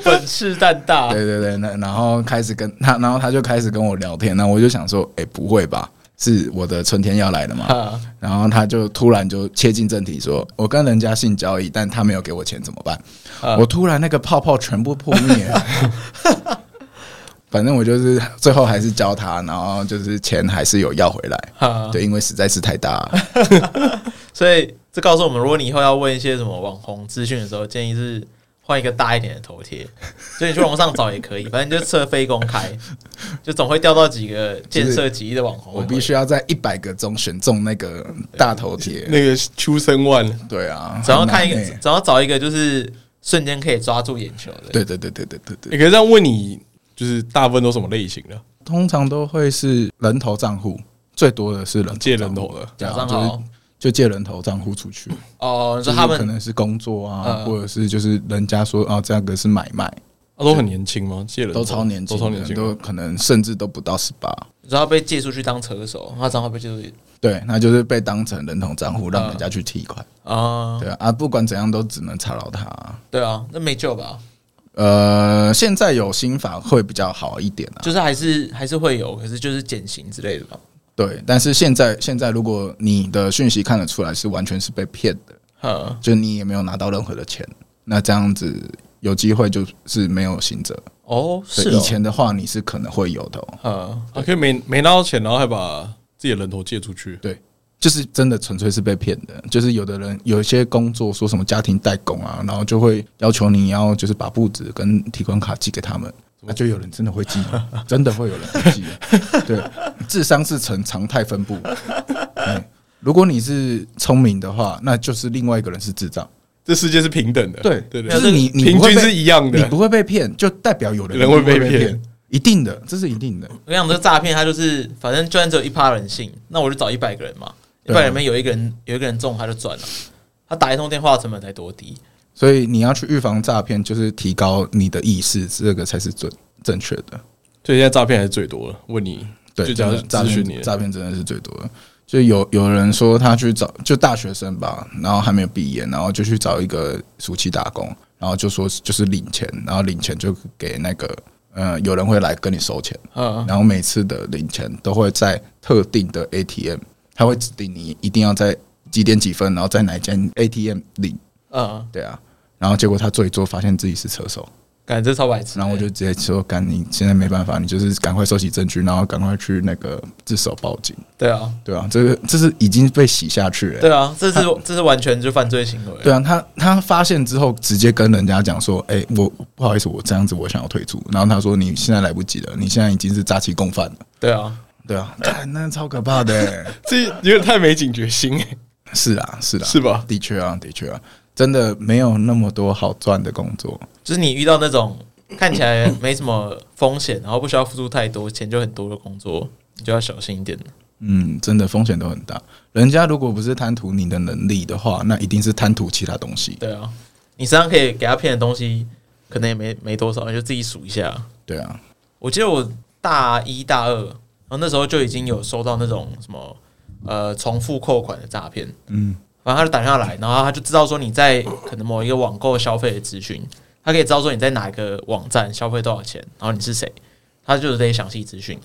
Speaker 3: [LAUGHS]
Speaker 1: 本事蛋大，
Speaker 3: 对对对，那然后开始跟他，然后他就开始跟我聊天，那我就想说，哎、不会吧，是我的春天要来了嘛？
Speaker 1: 哈，
Speaker 3: 然后他就突然就切进正题说，我跟人家性交易，但他没有给我钱怎么办？
Speaker 1: 啊
Speaker 3: 我突然那个泡泡全部破灭 [LAUGHS] 了。反正我就是最后还是教他，然后就是钱还是有要回来，
Speaker 1: 哈，
Speaker 3: 对，因为实在是太大了。
Speaker 1: 所以这告诉我们，如果你以后要问一些什么网红资讯的时候，建议是换一个大一点的头贴，
Speaker 3: [LAUGHS]
Speaker 1: 所以你去网上找也可以，反正你就设非公开，就总会钓到几个建设几亿的网红。
Speaker 3: 我必须要在一百个中选中那个大
Speaker 2: [LAUGHS]
Speaker 3: 头贴，
Speaker 2: 那个秋生万，
Speaker 3: 对啊，
Speaker 1: 只要
Speaker 3: 很难
Speaker 1: 看一个
Speaker 3: 欸，
Speaker 1: 只要找一个就是瞬间可以抓住眼球的。
Speaker 3: 对对对对对对 [LAUGHS] 对
Speaker 2: 你。可以这样问你，就是大部分都什么类型的？
Speaker 3: 通常都会是人头账户，最多的是人头
Speaker 2: 借
Speaker 3: 账
Speaker 2: 人
Speaker 3: 户
Speaker 2: 头的，
Speaker 1: 假
Speaker 3: 对啊
Speaker 1: 账
Speaker 3: 就是
Speaker 1: 号
Speaker 3: 就借人头账户出去，
Speaker 1: 哦，你说
Speaker 3: 就是
Speaker 1: 他
Speaker 3: 可
Speaker 1: 们
Speaker 3: 能是工作啊，
Speaker 1: 嗯
Speaker 3: 或者是就是人家说啊，这个是买卖，
Speaker 2: 他啊都很年轻吗？借人头
Speaker 3: 都超年轻
Speaker 2: 都超
Speaker 3: 的，
Speaker 2: 年轻
Speaker 3: 都
Speaker 2: 吗。
Speaker 3: 可能甚至都不到十八。
Speaker 1: 你说他被借出去当车手，他账号被借出去
Speaker 3: 对，那就是被当成人头账户，让
Speaker 1: 嗯
Speaker 3: 人家去提款。
Speaker 1: 啊，
Speaker 3: 对啊啊，不管怎样都只能查到他啊。
Speaker 1: 对啊，那没救吧？
Speaker 3: 呃，现在有新法会比较好一点啊。
Speaker 1: 就是还是还是会有，可是就是减刑之类的吧。
Speaker 3: 对，但是现在现在如果你的讯息看得出来是完全是被骗的，
Speaker 1: 嗯，
Speaker 3: 就你也没有拿到任何的钱，那这样子有机会就是没有行者。
Speaker 1: 哦，是
Speaker 3: 对
Speaker 1: 哦
Speaker 3: 以，前的话，你是可能会有的、哦，
Speaker 1: 嗯，
Speaker 2: 啊，可以没没拿到钱，然后还把自己的人头借出去。
Speaker 3: 就是真的纯粹是被骗的。就是有的人有一些工作说什么家庭代工啊，然后就会要求你要就是把簿子跟提款卡寄给他们。那就有人真的会寄， [LAUGHS] 真的会有人会寄。对，智商是呈常态分 [LAUGHS] 布。嗯如果你是聪明的话，那就是另外一个人是智障。
Speaker 2: 这世界是平等的，
Speaker 3: 对
Speaker 2: 对对，
Speaker 3: 就是你你
Speaker 2: 平
Speaker 3: 不会
Speaker 2: 均
Speaker 3: 被
Speaker 2: 是一样
Speaker 3: 你
Speaker 2: 的
Speaker 3: 不。会被骗，就代表有人
Speaker 2: 人会
Speaker 3: 不被
Speaker 2: 被骗，
Speaker 3: 一定的，这是一定的。
Speaker 1: 我跟你讲，这诈骗它就是，反正就算只有一趴人信，那我就找一百个人嘛，一
Speaker 3: 对啊
Speaker 1: 百人里面有一个人有一个人中，他就赚了。他打一通电话成本才多低？
Speaker 3: 所以你要去预防诈骗，就是提高你的意识，这个才是准正确的。
Speaker 2: 所以现在诈骗还是最多了。问你，
Speaker 3: 对，
Speaker 2: 就假如
Speaker 3: 诈
Speaker 2: 咨询你
Speaker 3: 骗，诈骗真的是最多的。就有有人说他去找就大学生吧，然后还没有毕业，然后就去找一个暑期打工，然后就说就是领钱，然后领钱就给那个呃有人会来跟你收钱，
Speaker 1: 嗯，
Speaker 3: 然后每次的领钱都会在特定的 ATM，他会指定你一定要在几点几分，然后在哪一间 ATM 领，
Speaker 1: 嗯，
Speaker 3: 对啊，然后结果他做一做发现自己是车手，
Speaker 1: 感觉这超白痴的。
Speaker 3: 然后我就直接说：“干，你现在没办法，你就是赶快收集证据，然后赶快去那个自首报警，
Speaker 1: 对啊，
Speaker 3: 对啊，这个这是已经被洗下去了、
Speaker 1: 对啊，这是这是完全就犯罪行为。
Speaker 3: 对啊，他他发现之后，直接跟人家讲说：‘哎、我不好意思，我这样子我想要退出。’然后他说：‘你现在来不及了，你现在已经是诈欺共犯了。
Speaker 1: 对啊，’
Speaker 3: 对啊，干那超可怕的、欸
Speaker 2: 这有点太没警觉心，
Speaker 3: 是啊，是啊，
Speaker 2: 是吧？
Speaker 3: 的确啊，的确啊，真的没有那么多好赚的工作。
Speaker 1: 就是你遇到那种看起来没什么风险，然后不需要付出太多钱就很多的工作，你就要小心一点。
Speaker 3: 嗯，真的风险都很大。人家如果不是贪图你的能力的话，那一定是贪图其他东西。
Speaker 1: 对啊，你身上可以给他骗的东西，可能也没没多少，你就自己数一下。
Speaker 3: 对啊，
Speaker 1: 我记得我大一大二，然后那时候就已经有收到那种什么呃重复扣款的诈骗，
Speaker 3: 嗯。”
Speaker 1: 反正他就打电话来，然后他就知道说你在可能某一个网购消费的资讯，他可以知道说你在哪个网站消费多少钱，然后你是谁，他就是这些详细资讯，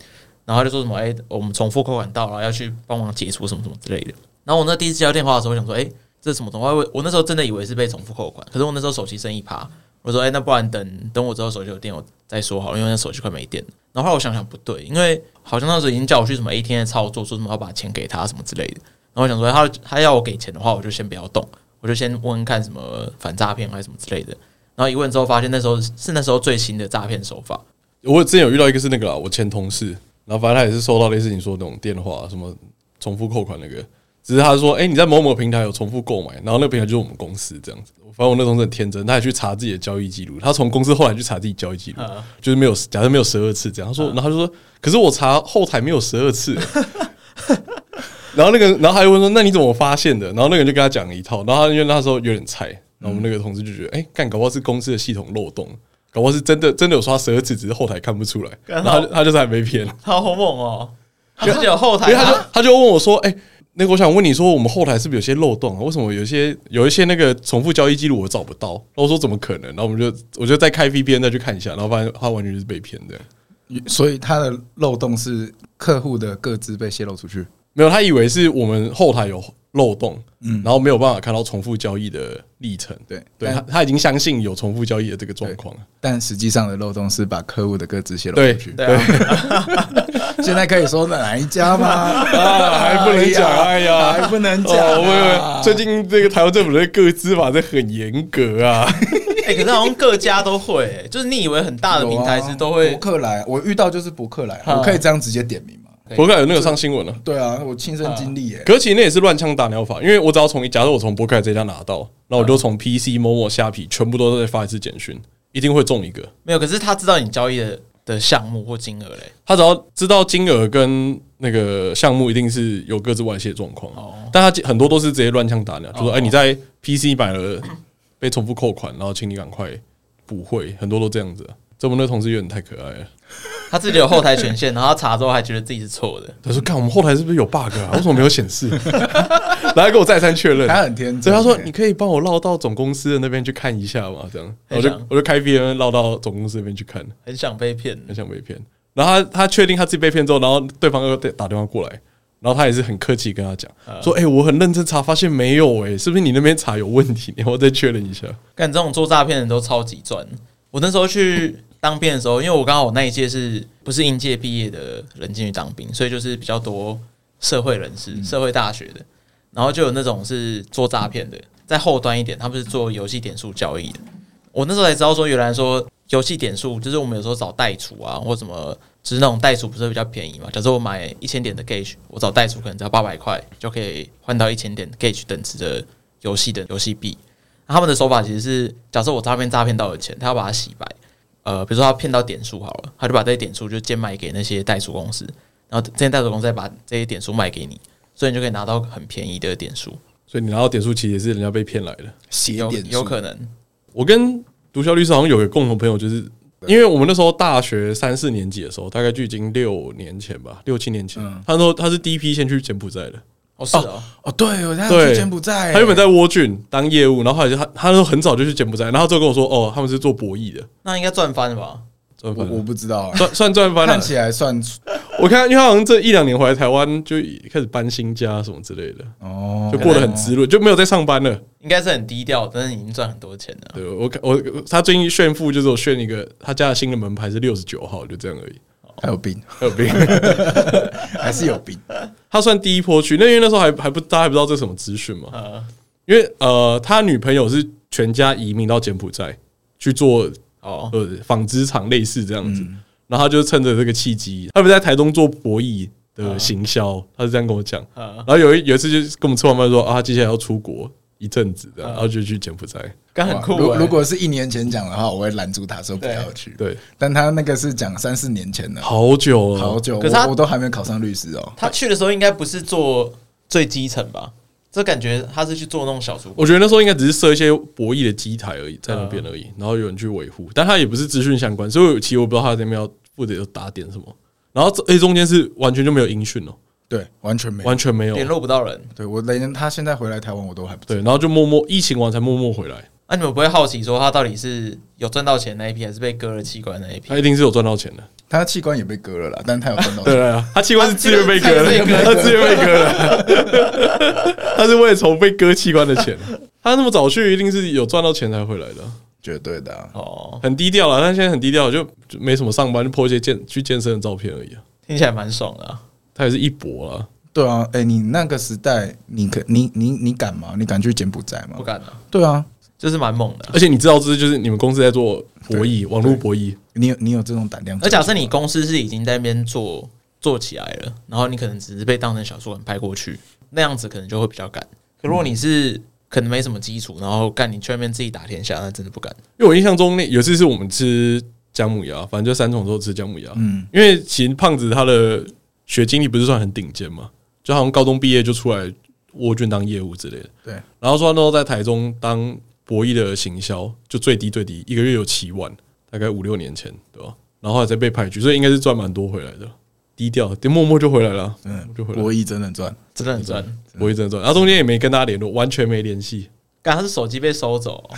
Speaker 1: 然后他就说什么哎、我们重复扣款到了，要去帮忙解除什么什么之类的。然后我那第一次接到电话的时候，我想说哎、这是什么东西？我我那时候真的以为是被重复扣款，可是我那时候手机剩一趴，我说哎、那不然等等我之后手机有电我再说好了，因为那手机快没电了。然后后来我想想不对，因为好像那时候已经叫我去什么 ATM 的操作，说什么要把钱给他什么之类的。然后我想说他他要我给钱的话，我就先不要动，我就先问问看什么反诈骗还是什么之类的。然后一问之后发现那时候是那时候最新的诈骗手法，
Speaker 2: 我之前有遇到一个是那个啊啦，我前同事，然后反正他也是收到类似你说的那种电话，什么重复扣款那个，只是他说，哎、你在某某平台有重复购买，然后那个平台就是我们公司这样子。反正我那时候很天真，他也去查自己的交易记录，他从公司后来去查自己交易记录，就是没有，假设没有十二次这样。他说，然后他就说，可是我查后台没有十二次。 [LAUGHS] 然后那个，然后还问说，那你怎么发现的？然后那个人就跟他讲了一套，然后他因为那时候有点菜，然后我们那个同事就觉得，哎、干，搞不好是公司的系统漏洞，搞不好是真的真的有刷十二次，只是后台看不出来，然后他就他就是还没骗，因
Speaker 1: 他好猛哦， [LAUGHS] 他自己有后台，
Speaker 2: 为他就他就问我说，哎、那个我想问你说，我们后台是不是有些漏洞啊？为什么有一些有一些那个重复交易记录我找不到？然后我说怎么可能？然后我们就我就再开 VPN 再去看一下，然后发现他完全就是被骗的。
Speaker 3: 所以它的漏洞是客户的各自被泄露出去。
Speaker 2: 没有，他以为是我们后台有漏洞，然后没有办法看到重复交易的历程。
Speaker 3: 对
Speaker 2: 对
Speaker 3: 但
Speaker 2: 他他已经相信有重复交易的这个状况了。
Speaker 3: 但实际上的漏洞是把客户的各自泄露
Speaker 2: 对
Speaker 3: 出去。
Speaker 1: 对啊，
Speaker 3: 现在可以说哪一家吗？
Speaker 2: [LAUGHS] 啊，还不能讲，哎呀，
Speaker 3: 还不能讲
Speaker 2: 哦我
Speaker 3: 啊
Speaker 2: 们最近这个台湾政府的个资法在很严格啊，
Speaker 1: 哎、可是好像各家都会、欸就是你以为很大的平台是都
Speaker 3: 有
Speaker 1: 会
Speaker 3: 啊博，客来，我遇到就是博客来，
Speaker 2: 啊
Speaker 3: 我可以这样直接点名吗？
Speaker 2: 博客有那个上新闻了。
Speaker 3: 对啊，我亲身经历耶。
Speaker 2: 可是其实那也是乱枪打鸟法，因为我只要从假设我从博客这家拿到，那我就从 PC、某某、虾皮全部都再发一次简讯，一定会中一个。
Speaker 1: 没有，可是他知道你交易的的项目或金额嘞、
Speaker 2: 他只要知道金额跟那个项目一定是有各自外泄状况，啊但他很多都是直接乱枪打鸟，就说哎、你在 PC 买了被重复扣款，然后请你赶快补汇，很多都这样子、啊。这我们那同事有点太可爱了，
Speaker 1: 他自己有后台权限，然后他查之后还觉得自己是错的，
Speaker 2: 他说：“看我们后台是不是有 bug 啊？为什么没有显 [LAUGHS] 示？”然后给我再三确认，
Speaker 3: 他很天真
Speaker 2: 所以他说：“你可以帮我绕到总公司的那边去看一下嘛？”这样，
Speaker 1: 很
Speaker 2: 然后我就
Speaker 1: 想
Speaker 2: 我就开 V N 绕到总公司那边去看，
Speaker 1: 很想被骗。
Speaker 2: 很想被骗。然后他他确定他自己被骗之后，然后对方又打电话过来，然后他也是很客气跟他讲说：“哎、我很认真查，发现没有哎、是不是你那边查有问题？然后再确认一下。
Speaker 1: 干这种做诈骗的人都超级赚。我那时候去当兵的时候，因为我刚好我那一届是不是应届毕业的人进去当兵，所以就是比较多社会人士、社会大学的，然后就有那种是做诈骗的，在后端一点，他们是做游戏点数交易的。我那时候才知道说，原来说游戏点数就是我们有时候找代储啊，或什么，就是那种代储不是比较便宜嘛？假设我买一千点的 gauge，我找代储可能只要八百块就可以换到一千点 gauge 等值的游戏的游戏币。他们的手法其实是，假设我诈骗诈骗到的钱，他要把它洗白。呃，比如说他骗到点数好了，他就把这些点数就贱卖给那些代数公司，然后这些代数公司再把这些点数卖给你，所以你就可以拿到很便宜的点数，”
Speaker 2: 所以你拿到点数其实也是人家被骗来的。
Speaker 3: 斜
Speaker 1: 有
Speaker 3: 点数
Speaker 1: 有可能。
Speaker 2: 我跟毒枭律师好像有个共同朋友，就是因为我们那时候大学三四年级的时候，大概就已经六年前吧，六七年前，他说他是第一批先去柬埔寨的。
Speaker 1: 哦，是哦，
Speaker 3: 哦，对，我他
Speaker 2: 对
Speaker 3: 去柬埔寨，
Speaker 2: 他原本在窝郡当业务，然后后来就他他那时候很早就去柬埔寨，然后最后跟我说，哦，他们是做博弈的，
Speaker 1: 那应该赚翻了吧？
Speaker 2: 赚
Speaker 3: 我
Speaker 2: 翻了
Speaker 3: 我不知道，
Speaker 2: 赚算赚翻了
Speaker 3: 看。起来算
Speaker 2: 我看，因为他好像这一两年回来台湾就开始搬新家什么之类的，
Speaker 3: 哦
Speaker 2: 就过得很滋润，就没有在上班了。
Speaker 1: 应该是很低调，但是已经赚很多钱了。
Speaker 2: 对我看我他最近炫富就是我炫一个他家的新的门牌是六十九号，就这样而已。
Speaker 3: 还有病，
Speaker 2: 还有病，
Speaker 3: [LAUGHS] 还是有病。
Speaker 2: 他算第一波去，那因为那时候还还不大家还不知道这是什么资讯嘛，
Speaker 1: 呃，
Speaker 2: 因为呃他女朋友是全家移民到柬埔寨去做
Speaker 1: 哦，
Speaker 2: 呃纺织厂类似这样子。然后他就趁着这个契机，他们在台东做博弈
Speaker 3: 啊
Speaker 2: 的行销，他是这样跟我讲。
Speaker 1: 呃
Speaker 2: 然，后有一有一次就是跟我们吃完饭说啊，他接下来要出国一阵子
Speaker 3: 啊
Speaker 2: 的，然后就去柬埔寨。
Speaker 1: 刚很
Speaker 3: 哇
Speaker 1: 酷、
Speaker 3: 如
Speaker 1: 欸。
Speaker 3: 如果是一年前讲的话，我会拦住他说不要去。
Speaker 2: 对，
Speaker 3: 但他那个是讲三四年前的，
Speaker 2: 好久了，
Speaker 3: 好久，
Speaker 1: 可是他
Speaker 3: 我我都还没有考上律师哦。
Speaker 1: 他去的时候应该不是做最基层吧？这感觉他是去做那种小主管。
Speaker 2: 我觉得那时候应该只是设一些博弈的机台而已，在
Speaker 3: 啊
Speaker 2: 那边而已，然后有人去维护，但他也不是资讯相关，所以其实我不知道他那边要负责打点什么。然后这哎中间是完全就没有音讯哦，
Speaker 3: 对，完全没有。
Speaker 2: 完全没有。
Speaker 1: 联络不到人，
Speaker 3: 对我连他现在回来台湾，我都还不知
Speaker 2: 对，然后就默默疫情完才默默回来，
Speaker 1: 那、你们不会好奇说他到底是有赚到钱那一批，还是被割了器官那一批
Speaker 2: 他？一定是有赚到钱的。
Speaker 3: 他器官也被割了啦，但他有分到。
Speaker 2: 对啊，他器官是自愿被割的，
Speaker 1: 他器官
Speaker 2: 他自愿被割的， [LAUGHS] 他是为了筹备割器官的钱。他那么早去，一定是有赚到钱才回来的，
Speaker 3: 绝对的
Speaker 2: 呃
Speaker 3: 啊、
Speaker 1: 哦，
Speaker 2: 很低调了。但现在很低调，就就没什么上班，就 po 一些健去健身的照片而已、啊。
Speaker 1: 听起来蛮爽的、啊。
Speaker 2: 他也是一搏啊，
Speaker 3: 对啊，哎、你那个时代，你可你你你敢吗？你敢去柬埔寨吗
Speaker 1: 不？敢啊，
Speaker 3: 对啊，
Speaker 1: 就是蛮猛的啊、
Speaker 2: 嗯而且你知道，这就是你们公司在做博弈，网络博弈。
Speaker 3: 你有你有这种胆量？
Speaker 1: 而假设你公司是已经在那边做做起来了，然后你可能只是被当成小说文拍过去，那样子可能就会比较敢。可如果你是可能没什么基础，然后干你去那边自己打天下，那真的不敢。
Speaker 2: 因为我印象中那有一次是我们吃姜母鸭，反正就三重的时候吃姜母鸭。
Speaker 3: 嗯，
Speaker 2: 因为其实胖子他的学经历不是算很顶尖嘛，就好像高中毕业就出来沃卷当业务之类的。
Speaker 3: 对，
Speaker 2: 然后说他那时候在台中当博弈的行销，就最低最低一个月有七万，大概五六年前，对吧？然后后来再被派去，所以应该是赚蛮多回来的，低调，就默默就回来
Speaker 3: [LAUGHS]
Speaker 2: 了，
Speaker 3: 嗯
Speaker 2: 就回来了。
Speaker 3: 博弈真的赚，
Speaker 1: 真的很赚。
Speaker 2: 博弈真的赚，然后中间也没跟大家联络，完全没联系，
Speaker 1: 干他是手机被收走哦、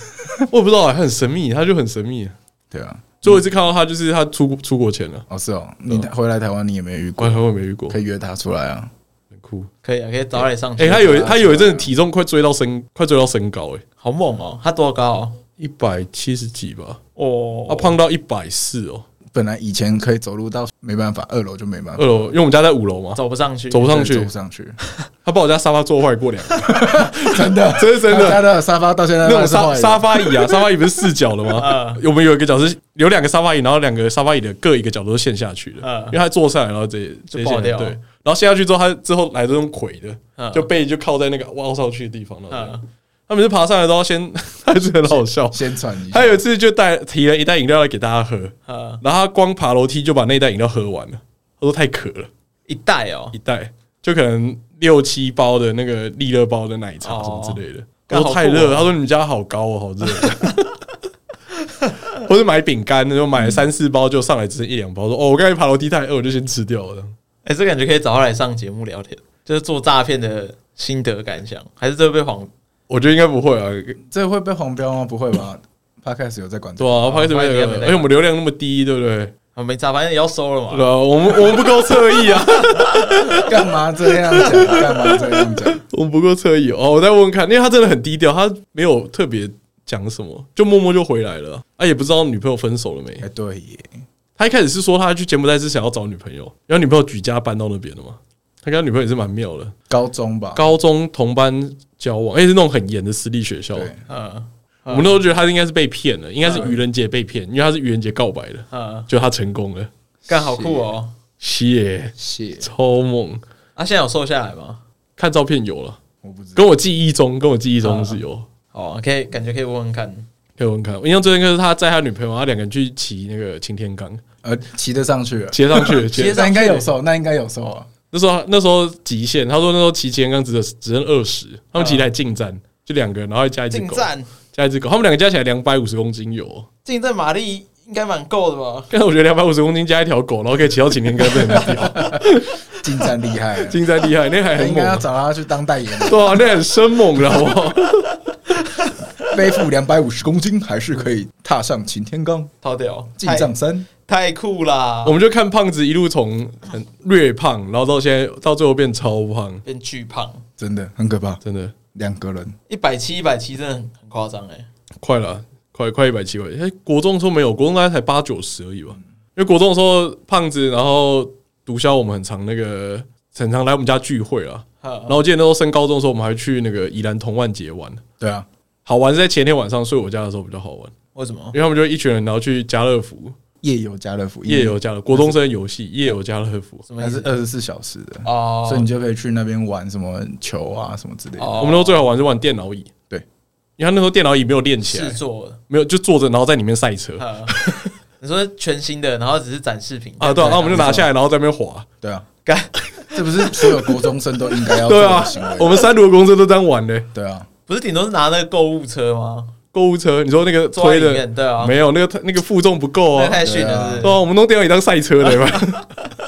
Speaker 2: 我也不知道、啊，他很神秘，他就很神秘。
Speaker 3: 对啊。
Speaker 2: 最后一次看到他就是他出国出国前了，
Speaker 3: 哦，是哦，你回来台湾你也没有遇过
Speaker 2: 我，还我没遇过，
Speaker 3: 可以约他出来啊。
Speaker 2: 很酷。
Speaker 1: 可以啊，可以早点上去。
Speaker 2: 哎、他有他有一阵体重快追到身，快追到身高、哎，
Speaker 1: 好猛哦、他多高哦、
Speaker 2: 一百七十几吧，
Speaker 1: 哦，
Speaker 2: 他、胖到一百四哦。
Speaker 3: 本来以前可以走路到没办法，二楼就没办法，
Speaker 2: 二楼，因为我们家在五楼嘛，
Speaker 1: 走不上去，
Speaker 2: 走不上
Speaker 3: 对走
Speaker 2: 去
Speaker 3: 不，上去，
Speaker 2: 他把我家沙发坐坏过两个，
Speaker 3: 真的，
Speaker 2: 这 [LAUGHS] 是真
Speaker 3: 他家
Speaker 2: 的。
Speaker 3: 的沙发到现在
Speaker 2: 那
Speaker 3: 都
Speaker 2: 种
Speaker 3: 还是
Speaker 2: 沙
Speaker 3: 坏
Speaker 2: 沙
Speaker 3: 的，
Speaker 2: 发椅啊，沙发椅不是四角的吗？我们有一个角是有两个沙发椅，然后两个沙发椅的各一个角都是陷下去的，
Speaker 1: 嗯
Speaker 2: 因为他坐上来，然后直接直接
Speaker 1: 就爆
Speaker 2: 陷
Speaker 1: 掉
Speaker 2: 对，然后陷下去之后，他之后来这种腿的，
Speaker 1: 嗯
Speaker 2: 就背就靠在那个凹上去的地方了
Speaker 1: 嗯。
Speaker 2: 他每次爬上来都要先， [LAUGHS] 还是很好笑。
Speaker 3: 先喘一下
Speaker 2: 他。有一次就带提了一袋饮料来给大家喝，
Speaker 1: 呃，
Speaker 2: 然后他光爬楼梯就把那一袋饮料喝完了。他说太渴了，
Speaker 1: 一代哦、
Speaker 2: 一袋就可能六七包的那个利乐包的奶茶
Speaker 1: 哦
Speaker 2: 什么之类的。
Speaker 1: 干
Speaker 2: 他
Speaker 1: 好
Speaker 2: 说
Speaker 1: 酷
Speaker 2: 太热了，
Speaker 1: 哦
Speaker 2: 他说你们家好高哦， [LAUGHS] 好热。或者买饼干，就买了三四包，就上来只剩一两包。说哦，我刚才爬楼梯太饿，我就先吃掉了。
Speaker 1: 哎、这感觉可以找他来上节目聊天，就是做诈骗的心得感想，还是这会被黄
Speaker 2: 我觉得应该不会啊，
Speaker 3: 这会被黄标吗？不会吧？Podcast 有在管
Speaker 2: 对啊，拍什么？
Speaker 1: 哦拍片没
Speaker 2: 而且我们流量那么低，对不对？
Speaker 1: 啊没诈，反正也要收了嘛。
Speaker 2: 对啊，我们我们不够侧翼啊。
Speaker 3: 干嘛这样讲？干嘛这样讲？
Speaker 2: 我们不够侧翼哦，我再问问看，因为他真的很低调，他没有特别讲什么，就默默就回来了。啊，也不知道女朋友分手了没
Speaker 3: 哎，。对耶，
Speaker 2: 他一开始是说他去柬埔寨是想要找女朋友，然后女朋友举家搬到那边了嘛。他跟他女朋友也是蛮妙的，
Speaker 3: 高中吧，
Speaker 2: 高中同班交往，而且是那种很严的私立学校。
Speaker 3: 对，
Speaker 1: 嗯
Speaker 2: 我们都觉得他应该是被骗了，应该是愚人节被骗，因为他是愚人节告白的，
Speaker 1: 嗯，
Speaker 2: 就他成功了，
Speaker 1: 干好酷哦、
Speaker 2: 谢，
Speaker 3: 谢，
Speaker 2: 超猛！
Speaker 1: 啊，现在有瘦下来吗？
Speaker 2: 看照片有了，
Speaker 3: 我不知道
Speaker 2: 跟我记忆中，跟我记忆中是有。
Speaker 1: 哦，可以，感觉可以问问看。
Speaker 2: 可以问看，我印象最深刻是他载他女朋友，他两个人去骑那个擎天岗，
Speaker 3: 呃，骑得上去了，
Speaker 2: 接上
Speaker 3: [LAUGHS]
Speaker 2: 去，
Speaker 1: 接
Speaker 2: 接
Speaker 1: 上去
Speaker 3: 那应该有瘦，那应该有瘦啊。
Speaker 2: 那时候那时候极限，他说那时候骑擎天岗只有只剩二十，他们骑台进站就两个人，然后还加一只
Speaker 1: 近
Speaker 2: 狗，
Speaker 1: 战，
Speaker 2: 加一只狗，他们两个加起来两百五十公斤有，
Speaker 1: 近战马力应该蛮够的吧？
Speaker 2: 但是我觉得两百五十公斤加一条狗，然后可以骑到擎天岗，真的很屌，
Speaker 3: 进站厉害，啊
Speaker 2: [LAUGHS]
Speaker 3: [LAUGHS]
Speaker 2: 进站厉害，那还很
Speaker 3: 应该要
Speaker 2: 猛，
Speaker 3: 找他去当代言人，
Speaker 2: 对啊，那很生猛了，好不好？
Speaker 3: 背负两百五十公斤还是可以踏上擎天岗，
Speaker 1: 超屌，
Speaker 3: 进藏山。
Speaker 1: 太太酷啦
Speaker 2: 我！们就看胖子一路从很略胖，然后到现在到最后变超胖，
Speaker 1: 变巨胖，
Speaker 3: 真的很可怕，
Speaker 2: 真的
Speaker 3: 两个人
Speaker 1: 一百七，一百七真的很很夸张哎。
Speaker 2: 快了，快快一百七块。哎，国中的时候没有，国中大概才八九十而已吧。因为国中的时候胖子，然后毒枭，我们很常那个很常来我们家聚会啊。然
Speaker 1: 嗯
Speaker 2: 后我记得那时候升高中的时候，我们还去那个宜兰同万节玩。
Speaker 3: 对啊，
Speaker 2: 好玩是在前天晚上睡我家的时候比较好玩，
Speaker 1: 为什么
Speaker 2: 因？为他们就一群人，然后去家乐福
Speaker 3: 夜游家乐福，
Speaker 2: 夜游家乐，国中生游戏夜游家乐福。
Speaker 1: 什么
Speaker 3: 还
Speaker 1: 意
Speaker 3: 是
Speaker 1: 思？
Speaker 3: 二十四小时的，
Speaker 1: 哦，
Speaker 3: 所以你就可以去那边玩什么球啊什么之类的。
Speaker 1: 哦
Speaker 2: 我们那时候最好玩是玩电脑椅，
Speaker 3: 对，
Speaker 2: 因为他那时候电脑椅没有练起
Speaker 1: 试
Speaker 2: 来，
Speaker 1: 做的。
Speaker 2: 没有就坐着，然后在里面赛车
Speaker 3: [LAUGHS]
Speaker 1: 嗯你说全新的，然后只是展示品
Speaker 2: 啊，对啊，然后我们就拿下来，然后在那边滑。
Speaker 3: 对啊，
Speaker 1: 干，
Speaker 3: 这不是所有国中生都应该要做
Speaker 2: 对啊
Speaker 3: 的行，
Speaker 2: 我
Speaker 3: 为。
Speaker 2: 们三卢的公司都这样玩的。
Speaker 3: 对啊，
Speaker 1: 不是顶多是拿那个购物车吗？
Speaker 2: 购物车，你说那个
Speaker 1: 坐在
Speaker 2: 推
Speaker 1: 里
Speaker 2: 的
Speaker 1: 面，对啊，
Speaker 2: 没有那个那个负重不够
Speaker 1: 那
Speaker 2: 啊，
Speaker 1: 太逊了，是
Speaker 2: 对
Speaker 1: 不是
Speaker 2: 啊，我们弄电脑椅当赛车的吧。 [LAUGHS]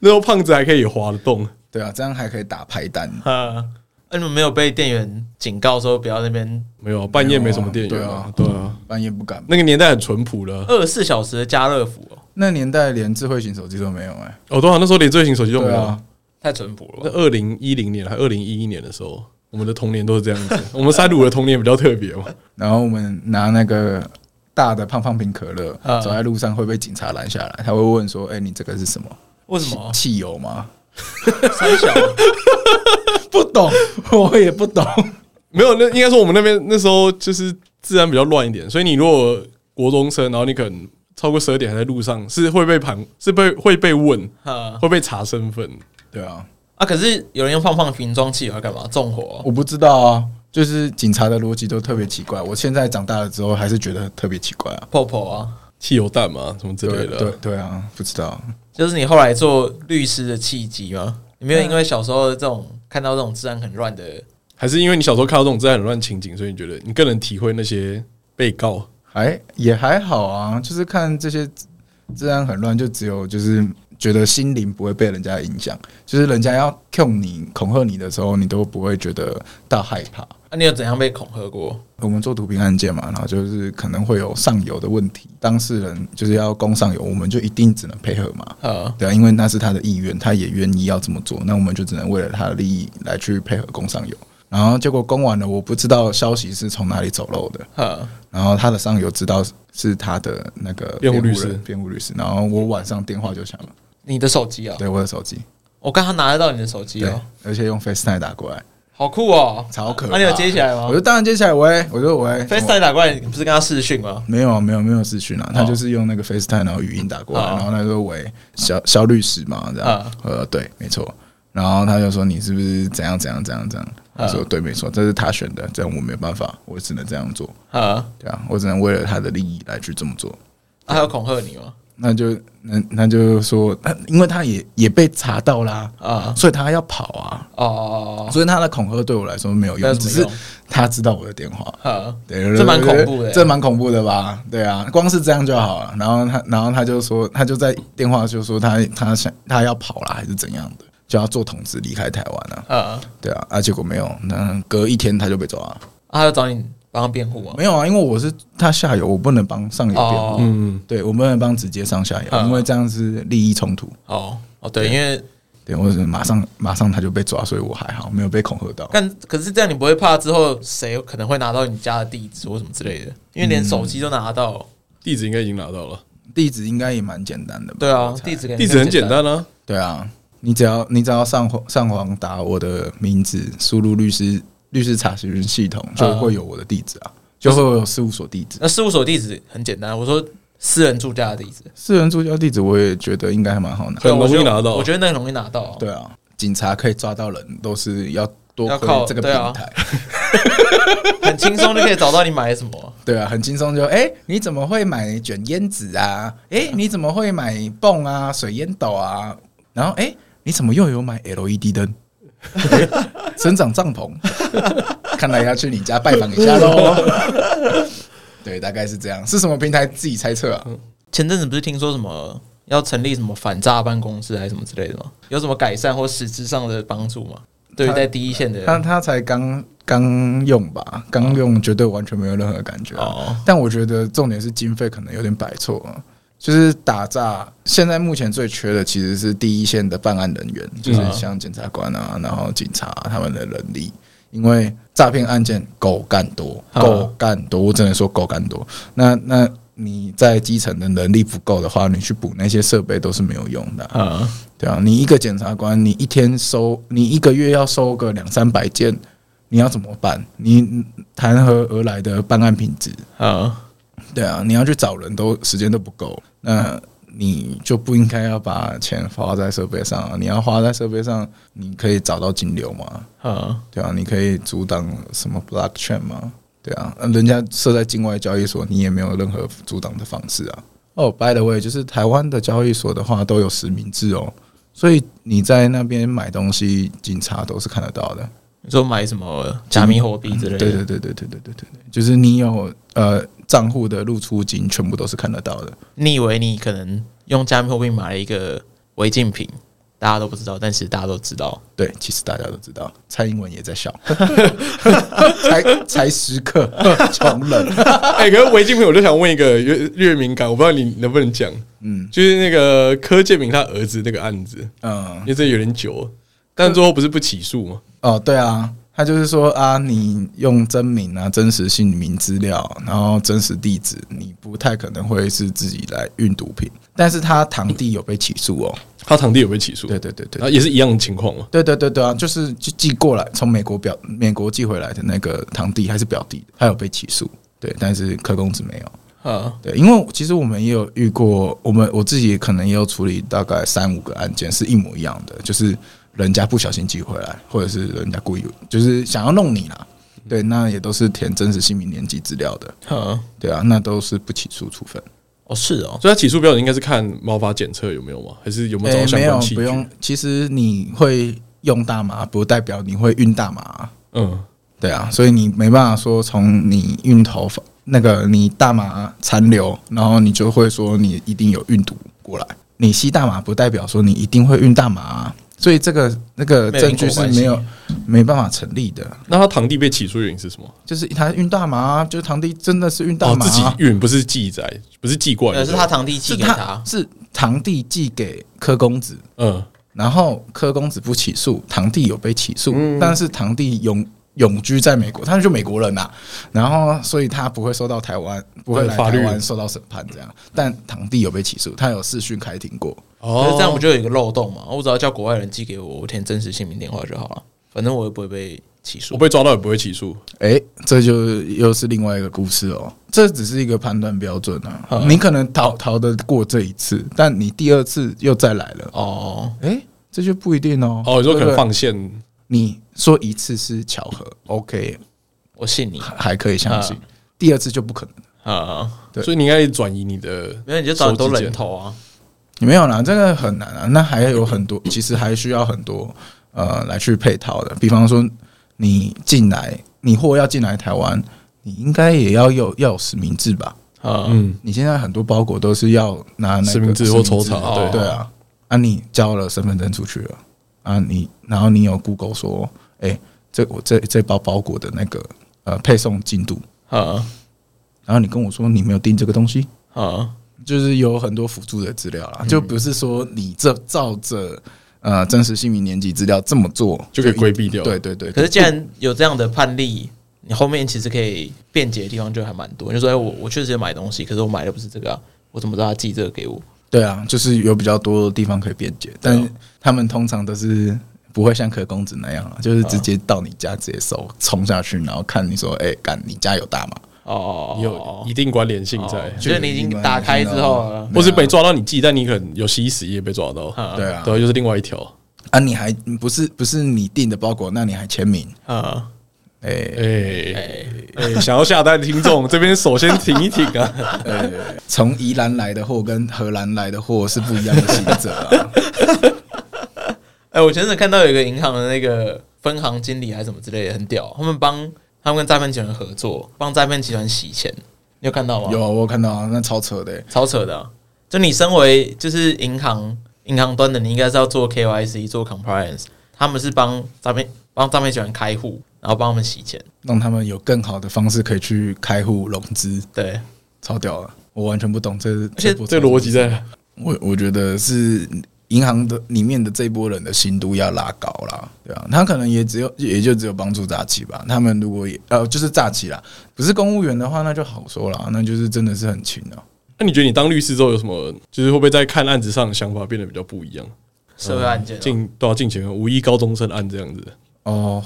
Speaker 2: 那时候胖子还可以滑得动，
Speaker 3: 对啊，这样还可以打排单。
Speaker 2: 啊
Speaker 1: 嗯，那你们没有被店员警告说不要那边
Speaker 2: 没有啊半夜没什么电影
Speaker 3: 对啊
Speaker 2: 对啊，
Speaker 3: 半夜不敢。
Speaker 2: 那个年代很淳朴的啊，
Speaker 1: 二十四小时的家乐福哦，
Speaker 3: 那年代连智慧型手机都没有哎、
Speaker 2: 哦，对啊，那时候连最新手机都没
Speaker 3: 对
Speaker 2: 有
Speaker 3: 啊
Speaker 2: 啊。，
Speaker 1: 太淳朴了吧？
Speaker 2: 那二零一零年还二零一一年的时候，我们的童年都是这样子。 [LAUGHS] 我们三鲁的童年比较特别嘛，
Speaker 3: 然后我们拿那个大的胖胖瓶可乐
Speaker 1: 啊，
Speaker 3: 走在路上会被警察拦下来，他会问说：“哎、你这个是什么？
Speaker 1: 为什
Speaker 3: 汽
Speaker 1: 么？啊
Speaker 3: 汽油吗
Speaker 1: 三小？？”
Speaker 3: [LAUGHS] 不懂，我也不懂。
Speaker 2: 没有，那应该说我们那边那时候就是治安比较乱一点，所以你如果国中生，然后你可能超过十二点还在路上，是会被盘，是被会被问，
Speaker 1: 啊
Speaker 2: 会被查身份。
Speaker 3: 对啊，
Speaker 1: 啊！可是有人用胖胖瓶装汽油要干嘛？纵火
Speaker 3: 我不知道啊，就是警察的逻辑都特别奇怪。我现在长大了之后，还是觉得特别奇怪啊。
Speaker 1: 泡泡啊！
Speaker 2: 汽油弹嘛，什么之类
Speaker 3: 对
Speaker 2: 的。
Speaker 3: 对对啊，不知道。
Speaker 1: 就是你后来做律师的契机吗？你没有因为小时候这种看到这种治安很乱的，
Speaker 2: 还是因为你小时候看到这种自然乱情景，所以你觉得你更能体会那些被告
Speaker 3: 还也还好啊，就是看这些治安很乱，就只有就是觉得心灵不会被人家影响，就是人家要控你、恐吓你的时候，你都不会觉得到害怕。
Speaker 1: 啊，你有怎样被恐吓过？
Speaker 3: 我们做毒品案件嘛，然后就是可能会有上游的问题，当事人就是要供上游，我们就一定只能配合嘛，
Speaker 1: 啊，
Speaker 3: 对啊，因为那是他的意愿，他也愿意要这么做，那我们就只能为了他的利益来去配合供上游。然后结果供完了，我不知道消息是从哪里走漏的，
Speaker 1: 啊，
Speaker 3: 然后他的上游知道是他的那个
Speaker 2: 辩护律
Speaker 3: 人
Speaker 2: 师
Speaker 3: 辩护律师。然后我晚上电话就响了，
Speaker 1: 你的手机啊？
Speaker 3: 对我的手机，
Speaker 1: 我刚刚拿得到你的手机
Speaker 3: 对
Speaker 1: 哦，，
Speaker 3: 而且用 FaceTime 打过来，
Speaker 1: 好酷哦！
Speaker 3: 超可怕。
Speaker 1: 那你有接起来吗
Speaker 3: 我就当然接起来，喂，我就喂
Speaker 1: FaceTime 打过来，你不是跟他视讯吗？
Speaker 3: 没有啊，没有没有视讯啊，他就是用那个 FaceTime 然后语音打过来，
Speaker 1: 哦
Speaker 3: 然后他就说喂，肖肖律师嘛，这样
Speaker 1: 啊，
Speaker 3: 呃，对，没错。然后他就说你是不是怎样怎样怎样怎样？我说对，没错，这是他选的，这样我没办法，我只能这样做，
Speaker 1: 啊，
Speaker 3: 对啊，我只能为了他的利益来去这么做。
Speaker 1: 他有恐吓你吗？
Speaker 3: 那就那那就说，那因为他也也被查到啦，
Speaker 1: 啊，
Speaker 3: 所以他要跑啊，
Speaker 1: 哦，
Speaker 3: 所以他的恐吓对我来说没有
Speaker 1: 没有
Speaker 3: 用，
Speaker 1: 什
Speaker 3: 只
Speaker 1: 么
Speaker 3: 是
Speaker 1: 用
Speaker 3: 他知道我的电话，
Speaker 1: 啊，
Speaker 3: 对，对
Speaker 1: 这蛮
Speaker 3: 对对
Speaker 1: 恐怖的
Speaker 3: 这蛮恐怖的吧？对啊，光是这样就好了。然后他然后他就说，他就在电话就说他他想他要跑啦，还是怎样的，就要做统治离开台湾啊，
Speaker 1: 啊，
Speaker 3: 对啊，啊结果没有，那隔一天他就被抓了，
Speaker 1: 他要找你帮他辩护吗？
Speaker 3: 没有啊，因为我是他下游，我不能帮上游辩护。
Speaker 1: 哦
Speaker 2: 嗯，
Speaker 3: 对，我不能帮直接上下游，
Speaker 1: 嗯
Speaker 3: 因为这样是利益冲突。
Speaker 1: 哦，哦，对，因为
Speaker 3: 对，我是马上马上他就被抓，所以我还好，没有被恐吓到。
Speaker 1: 但可是这样你不会怕之后谁可能会拿到你家的地址或什么之类的？因为连手机都拿到，
Speaker 2: 地址应该已经拿到了，
Speaker 3: 地址应该也蛮简单的吧？
Speaker 1: 对啊
Speaker 3: 我，猜
Speaker 1: 地址给你
Speaker 2: 地址很
Speaker 1: 更
Speaker 2: 简，单啊，
Speaker 3: 对啊，你只要你只要上黄上网打我的名字，输入律师律师查询系统，就
Speaker 1: 嗯
Speaker 3: 会有我的地址啊，就会有事务所地址。
Speaker 1: 那事务所地址很简单，我说私人住家的地址，
Speaker 3: 私人住校地址我也觉得应该还蛮好拿。
Speaker 2: 很容
Speaker 1: 对
Speaker 2: 易
Speaker 1: 我觉得
Speaker 2: 拿到
Speaker 1: 我觉得那个容易拿到。
Speaker 3: 对啊，警察可以抓到人，都是要多
Speaker 1: 要
Speaker 3: 亏
Speaker 1: 靠
Speaker 3: 这个
Speaker 1: 对
Speaker 3: 平
Speaker 1: 啊
Speaker 3: 台。
Speaker 1: 很轻松就可以找到你买什么。
Speaker 3: 对啊，很轻松就哎、诶你怎么会买卷烟纸啊？哎、你怎么会买泵啊、水烟斗啊？然后哎、诶你怎么又有买 LED 灯？诶生长帐篷， [LAUGHS] 看来要去你家拜访一下喽。对，大概是这样。是什么平台自己猜测啊？
Speaker 1: 前阵子不是听说什么要成立什么反诈办公室还是什么之类的吗？有什么改善或实质上的帮助吗？对于在第一线的
Speaker 3: 他
Speaker 1: 人，
Speaker 3: 他才刚刚用吧，刚用绝对完全没有任何感觉、啊。
Speaker 1: 哦，
Speaker 3: 但我觉得重点是经费可能有点摆错了。就是打诈，现在目前最缺的其实是第一线的办案人员，就是像检察官啊，然后警察、他们的能力，因为诈骗案件狗干多，
Speaker 1: 啊
Speaker 3: 狗干多，我只能说狗干多。那那你在基层的能力不够的话，你去补那些设备都是没有用的啊、
Speaker 1: 嗯，
Speaker 3: 对啊，你一个检察官，你一天收，你一个月要收个两三百件，你要怎么办？你谈何而来的办案品质？
Speaker 1: 嗯，
Speaker 3: 对啊，你要去找人都时间都不够，那你就不应该要把钱花在设备上啊！你要花在设备上，你可以找到金流嘛？
Speaker 1: 嗯，
Speaker 3: 对啊，你可以阻挡什么 blockchain 嘛？对啊，呃人家设在境外交易所，你也没有任何阻挡的方式啊。哦、b y the way，就是台湾的交易所的话都有实名制哦，所以你在那边买东西，警察都是看得到的。
Speaker 1: 你说买什么加密货币之类的？
Speaker 3: 嗯对对对对对对对对对，就是你有呃账户的入出金，全部都是看得到的。
Speaker 1: 你以为你可能用加密货币买了一个违禁品，大家都不知道，但其实大家都知道。
Speaker 3: 对，其实大家都知道，蔡英文也在笑，才才十 [LAUGHS] 克，穷人。
Speaker 2: [LAUGHS] 哎、可是维京朋友，我就想问一个越越敏感，我不知道你能不能讲，
Speaker 3: 嗯
Speaker 2: 就是那个柯建明他儿子那个案子，因
Speaker 3: 嗯，
Speaker 2: 为这有点久了，但最后不是不起诉吗？
Speaker 3: 哦，对啊，他就是说啊，你用真名啊、真实姓名资料，然后真实地址，你不太可能会是自己来运毒品。但是他堂弟有被起诉哦，
Speaker 2: 他堂弟有被起诉，
Speaker 3: 对对对对
Speaker 2: 然后也是一样的情况嘛。
Speaker 3: 对对对对啊，就是寄寄过来从美国表美国寄回来的那个堂弟还是表弟，他有被起诉，对，但是柯公子没有。
Speaker 2: 啊，
Speaker 3: 对，因为其实我们也有遇过，我们我自己可能也有处理大概三五个案件是一模一样的，就是人家不小心寄回来，或者是人家故意就是想要弄你啦。对，那也都是填真实姓名、年纪资料的，
Speaker 1: 嗯，
Speaker 3: 对啊，那都是不起诉处分。
Speaker 1: 哦，是哦，
Speaker 2: 所以他起诉标准应该是看毛发检测有没有吗？还是有没有
Speaker 3: 诶
Speaker 2: 找到相
Speaker 3: 哎没有
Speaker 2: 关器具？
Speaker 3: 不用，其实你会用大麻，不代表你会运大麻啊，
Speaker 2: 嗯，
Speaker 3: 对啊，所以你没办法说从你运头发那个你大麻残留，然后你就会说你一定有运毒过来。你吸大麻不代表说你一定会运大麻、啊，所以这个那个呃证据是没有没办法成立的。
Speaker 2: 那他堂弟被起诉的原因是什么？
Speaker 3: 就是他运大麻啊，就是堂弟真的是运大
Speaker 2: 哦，
Speaker 3: 麻
Speaker 2: 自己
Speaker 3: 啊、
Speaker 2: 运不是寄载，不是寄过来
Speaker 1: 呃，
Speaker 2: 的，
Speaker 1: 是他堂弟寄
Speaker 3: 是
Speaker 1: 给
Speaker 3: 他
Speaker 1: 他，
Speaker 3: 是堂弟寄给柯公子，
Speaker 2: 嗯，
Speaker 3: 然后柯公子不起诉，堂弟有被起诉，
Speaker 2: 嗯
Speaker 3: 但是堂弟永永居在美国，他就美国人呐、然后所以他不会受到台湾不会来
Speaker 2: 法律
Speaker 3: 台湾受到审判这样，但堂弟有被起诉，他有视讯开庭过，
Speaker 1: 可
Speaker 2: 哦
Speaker 1: 是这样不就有一个漏洞嘛？我只要叫国外人寄给我，我填真实姓名电话就好了，反正我又不会被起诉
Speaker 2: 我。被抓到也不会起诉，
Speaker 3: 哎、这就又是另外一个故事哦，这只是一个判断标准啊，
Speaker 1: 嗯
Speaker 3: 你可能逃逃得过这一次，但你第二次又再来了，
Speaker 1: 哦，
Speaker 3: 哎、这就不一定哦，
Speaker 2: 哦，你说可能
Speaker 3: 对不对
Speaker 2: 放线，
Speaker 3: 你说一次是巧合，OK
Speaker 1: 我信你
Speaker 3: 还还可以相信
Speaker 1: 嗯，
Speaker 3: 第二次就不可能。
Speaker 1: 啊，
Speaker 3: 对
Speaker 2: 所以你应该转移你的，
Speaker 1: 没有你就找很多人头啊，
Speaker 3: 没有啦，这个很难啊。那还有很多，其实还需要很多呃来去配套的。比方说，你进来，你货要进来台湾，你应该也要有要有实名制吧？
Speaker 1: 嗯，
Speaker 2: 嗯，
Speaker 3: 你现在很多包裹都是要拿那个
Speaker 2: 实名制或抽查
Speaker 3: 对
Speaker 1: 对
Speaker 3: 对啊。啊，你交了身份证出去了啊，你然后你有 Google 说，哎、这我这这包包裹的那个呃配送进度，
Speaker 1: 啊
Speaker 3: 然后你跟我说你没有订这个东西，
Speaker 1: 啊，
Speaker 3: 就是有很多辅助的资料啦，
Speaker 2: 嗯
Speaker 3: 就不是说你这照着呃真实姓名、年纪资料这么做
Speaker 2: 就可以
Speaker 3: 一
Speaker 2: 规避掉。
Speaker 3: 对对对，
Speaker 1: 可是既然有这样的判例，你后面其实可以辩解的地方就还蛮多。你就说，哎，我我确实有买东西，可是我买的不是这个、啊，我怎么知道他寄这个给我？
Speaker 3: 对啊，就是有比较多的地方可以辩解，
Speaker 2: 啊
Speaker 3: 但他们通常都是不会像可公子那样了，就是直接到你家直接搜冲下去，然后看你说，哎、干你家有大吗？
Speaker 1: 哦，
Speaker 2: 你有一定关联性在，
Speaker 1: 哦就是你已经打开之后了
Speaker 2: 或是被
Speaker 3: 被
Speaker 2: 抓到你寄，但你可能有吸食也被抓到，
Speaker 1: 啊
Speaker 3: 对啊
Speaker 2: 对，就是另外一条。
Speaker 3: 啊，你还不是不是你订的包裹，那你还签名？
Speaker 1: 啊，
Speaker 3: 哎、
Speaker 2: 哎哎，想要下单的听众，这边首先停一停啊，
Speaker 3: 呃，从宜兰来的货跟荷兰来的货是不一样的行者
Speaker 2: [LAUGHS]
Speaker 3: 啊。
Speaker 1: 哎、我前阵看到有一个银行的那个分行经理还是什么之类的，很屌，他们帮他们跟诈骗集团合作，帮诈骗集团洗钱，你有看到吗？
Speaker 3: 有，我有看到啊，那超扯的欸、
Speaker 1: 超扯的啊、就你身为就是银行银行端的，你应该是要做 KYC 做 compliance，他们是帮诈骗帮诈骗集团开户，然后帮他们洗钱，
Speaker 3: 让他们有更好的方式可以去开户融资，
Speaker 1: 对，
Speaker 3: 超屌了！我完全不懂这
Speaker 1: 而且
Speaker 3: 波
Speaker 2: 这个逻辑，在哪。
Speaker 3: 我我觉得是银行的里面的这一波人的心度要拉高啦，对啊，他可能也只有也就只有帮助诈欺吧。他们如果也呃就是诈欺啦，不是公务员的话，那就好说啦，那就是真的是很勤哦、
Speaker 2: [LAUGHS] 那你觉得你当律师之后有什么，就是会不会在看案子上的想法变得比较不一样？
Speaker 1: 社会案件啊、
Speaker 2: 近多少近前无一高中生案这样子，会
Speaker 3: 哦，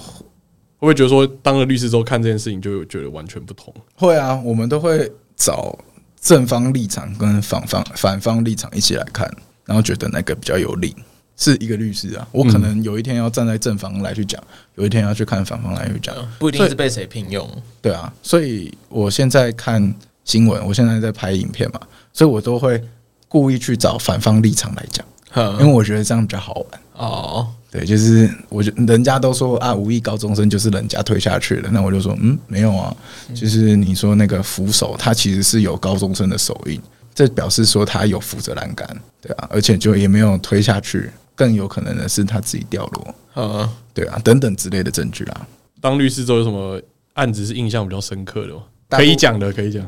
Speaker 2: 不会觉得说当了律师之后看这件事情就觉得完全不同？
Speaker 3: 会啊，我们都会找正方立场跟反方反方立场一起来看，然后觉得那个比较有利。是一个律师啊，我可能有一天要站在正方来去讲，有一天要去看反方来去讲，
Speaker 1: 不一定是被谁聘用，
Speaker 3: 对啊，所以我现在看新闻，我现在在拍影片嘛，所以我都会故意去找反方立场来讲，因
Speaker 1: 哼
Speaker 3: 为我觉得这样比较好玩。
Speaker 1: 哦，
Speaker 3: 对，就是我觉人家都说啊，无意高中生就是人家推下去的，那我就说嗯，没有啊，就是你说那个扶手，它其实是有高中生的手印，这表示说他有扶着栏杆，对啊，而且就也没有推下去，更有可能的是他自己掉落，
Speaker 2: 啊，
Speaker 3: 对啊，等等之类的证据啊。
Speaker 2: 当律师之后有什么案子是印象比较深刻的吗？
Speaker 3: 大部
Speaker 2: 可以讲的，可以讲。